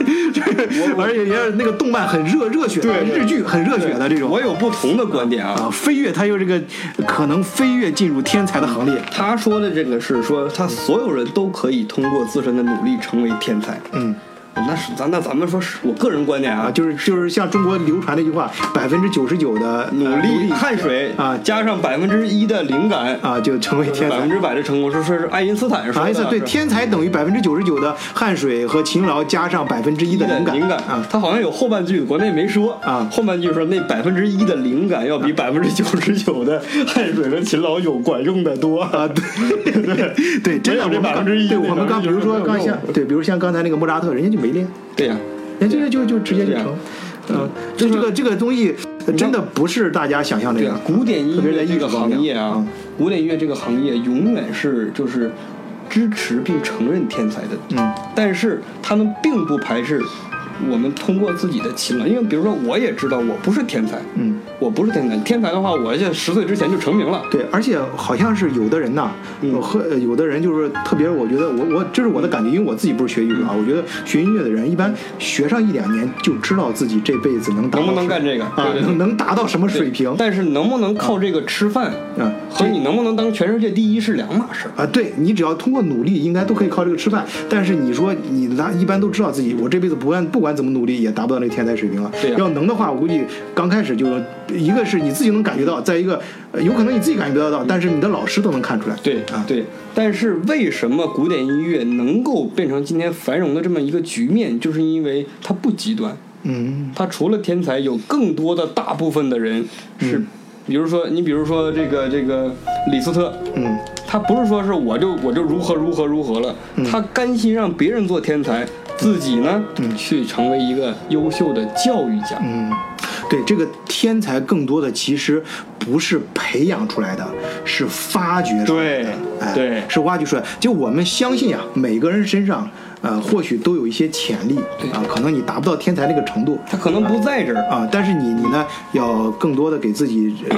Speaker 1: 而且也是那个动漫很热热血的，
Speaker 2: 对对
Speaker 1: 日剧很热血的这种。
Speaker 2: 我有不同的观点啊
Speaker 1: 啊，飞跃，他又这个可能飞跃进入天才的行列。
Speaker 2: 他说的这个是说，他所有人都可以通过自身的努力成为天才。
Speaker 1: 嗯，
Speaker 2: 那是咱那咱们说是我个人观点啊，
Speaker 1: 啊，就是就是像中国流传的一句话，百分之九十九的
Speaker 2: 努力
Speaker 1: 力
Speaker 2: 汗水
Speaker 1: 啊
Speaker 2: 加上百分之一的灵感，
Speaker 1: 啊，就成为天
Speaker 2: 百分
Speaker 1: 才。啊
Speaker 2: 之百的成功，是说是爱因斯坦说的，
Speaker 1: 啥意思？对，
Speaker 2: 是吧
Speaker 1: 天才等于百分之九十九的汗水和勤劳，加上百分之一的灵感。
Speaker 2: 灵感
Speaker 1: 啊，
Speaker 2: 他好像有后半句，国内没说
Speaker 1: 啊
Speaker 2: 后半句说那百分之一的灵感要比百分之九十九的汗水和勤劳有管用的多
Speaker 1: 啊，对对，真的，我
Speaker 2: 没有这
Speaker 1: 们刚
Speaker 2: 1%
Speaker 1: 对我们刚，比如说
Speaker 2: 那
Speaker 1: 刚
Speaker 2: 种
Speaker 1: 像对，比如像刚才那个莫扎特，人家就没练，
Speaker 2: 对呀、
Speaker 1: 人家就就直接就
Speaker 2: 对啊
Speaker 1: 成。嗯，就这个这个东西真的不是大家想象那
Speaker 2: 对
Speaker 1: 样
Speaker 2: 啊，。古典音
Speaker 1: 特别是在
Speaker 2: 乐这
Speaker 1: 艺术
Speaker 2: 个
Speaker 1: 方面
Speaker 2: 行业啊
Speaker 1: 嗯，
Speaker 2: 古典音乐这个行业永远是就是支持并承认天才的，
Speaker 1: 嗯
Speaker 2: 但是他们并不排斥我们通过自己的勤劳，因为比如说我也知道我不是天才，
Speaker 1: 嗯。
Speaker 2: 我不是天才，天才的话，我就十岁之前就成名了。
Speaker 1: 对，而且好像是有的人呐，
Speaker 2: 嗯
Speaker 1: 我和呃有的人就是特别，我觉得我我这是我的感觉，因为我自己不是学艺术啊，我觉得学音乐的人一般学上一两年就知道自己这辈子能达到
Speaker 2: 能不能
Speaker 1: 什
Speaker 2: 干这个
Speaker 1: 啊
Speaker 2: 对，对对
Speaker 1: 能能达到什么水平
Speaker 2: 但是能不能靠这个吃饭，
Speaker 1: 嗯
Speaker 2: 和你能不能当全世界第一是两码事儿。
Speaker 1: 啊？对你只要通过努力，应该都可以靠这个吃饭。但是你说你拿一般都知道自己，我这辈子不管不管怎么努力也达不到那个天才水平了。
Speaker 2: 对呀
Speaker 1: 要能的话，我估计刚开始就一个是你自己能感觉到，再一个、呃有可能你自己感觉不到，但是你的老师都能看出来。
Speaker 2: 对
Speaker 1: 啊，
Speaker 2: 对，但是为什么古典音乐能够变成今天繁荣的这么一个局面，就是因为它不极端，
Speaker 1: 嗯
Speaker 2: 它除了天才，有更多的大
Speaker 1: 嗯
Speaker 2: 部分的人是，比如说你比如说这个这个李斯特，
Speaker 1: 嗯
Speaker 2: 他不是说是我就我就如何如何如何了，他甘心让别人做天才，自己呢去成为一个优秀的教育家。
Speaker 1: 嗯，对，这个天才更多的其实不是培养出来的，是发掘出来的，
Speaker 2: 对
Speaker 1: 哎、
Speaker 2: 对
Speaker 1: 是挖掘出来。就我们相信啊，每个人身上，呃，或许都有一些潜力
Speaker 2: 对
Speaker 1: 啊，可能你达不到天才那个程度
Speaker 2: 他可能不在这儿，
Speaker 1: 啊，但是你你呢，要更多的给自己，呃，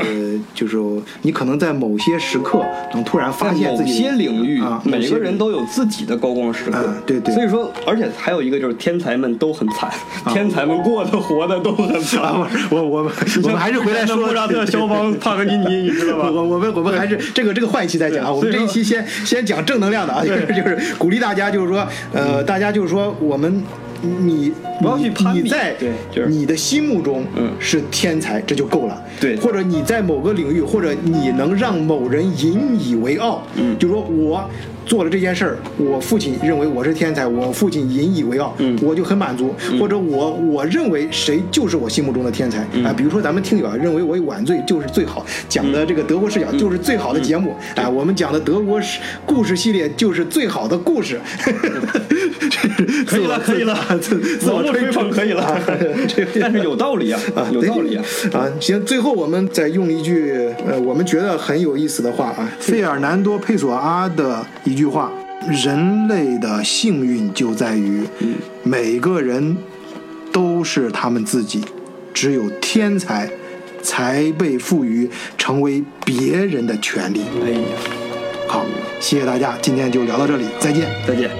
Speaker 1: 就是你可能在某些时刻能突然发
Speaker 2: 在
Speaker 1: 现
Speaker 2: 某
Speaker 1: 自己
Speaker 2: 些领域
Speaker 1: 啊，，某
Speaker 2: 每
Speaker 1: 些
Speaker 2: 个
Speaker 1: 领
Speaker 2: 人
Speaker 1: 域
Speaker 2: 都有自己的高光时刻
Speaker 1: 啊。对对
Speaker 2: 所以说，而且还有一个就是天才们都很惨，天才们过的活的都很惨。
Speaker 1: 啊，我我我 们我们还是回来说
Speaker 2: 穆扎特、肖邦、帕格尼尼，你知道
Speaker 1: 我
Speaker 2: 吧？
Speaker 1: 我我们我们还是这个这个换一期再讲啊，我们
Speaker 2: 所以
Speaker 1: 这
Speaker 2: 说
Speaker 1: 一期先先讲正能量的啊， 就是就是鼓励大家，就是说呃，大家就是说我们你
Speaker 2: 不要去攀比
Speaker 1: 你在
Speaker 2: 对就是
Speaker 1: 你的心目中
Speaker 2: 嗯
Speaker 1: 是天才，这就够了。
Speaker 2: 对
Speaker 1: 或者你在某个领域，或者你能让某人引以为傲，
Speaker 2: 嗯
Speaker 1: 就说我。做了这件事儿，我父亲认为我是天才，我父亲引以为傲，
Speaker 2: 嗯
Speaker 1: 我就很满足。或者我我认为谁就是我心目中的天才啊、
Speaker 2: 嗯
Speaker 1: 比如说咱们听友啊，认为我晚醉就是最好，讲的这个德国视角
Speaker 2: 嗯
Speaker 1: 就是最好的节目，哎、我们讲的德国史故事系列就是最好的故事。
Speaker 2: 嗯 可以了可以了
Speaker 1: 自自我
Speaker 2: 老穆
Speaker 1: 吹
Speaker 2: 吹捧可以了
Speaker 1: 啊这个
Speaker 2: 但是有道理啊，有道理啊。
Speaker 1: 啊！行，最后我们再用一句呃，我们觉得很有意思的话啊，费尔南多·佩索阿的一句话：“人类的幸运就在于每个人都是他们自己，只有天才才被赋予成为别人的权利。
Speaker 2: 哎呀，”
Speaker 1: 好，谢谢大家，今天就聊到这里，再见。
Speaker 2: 再见。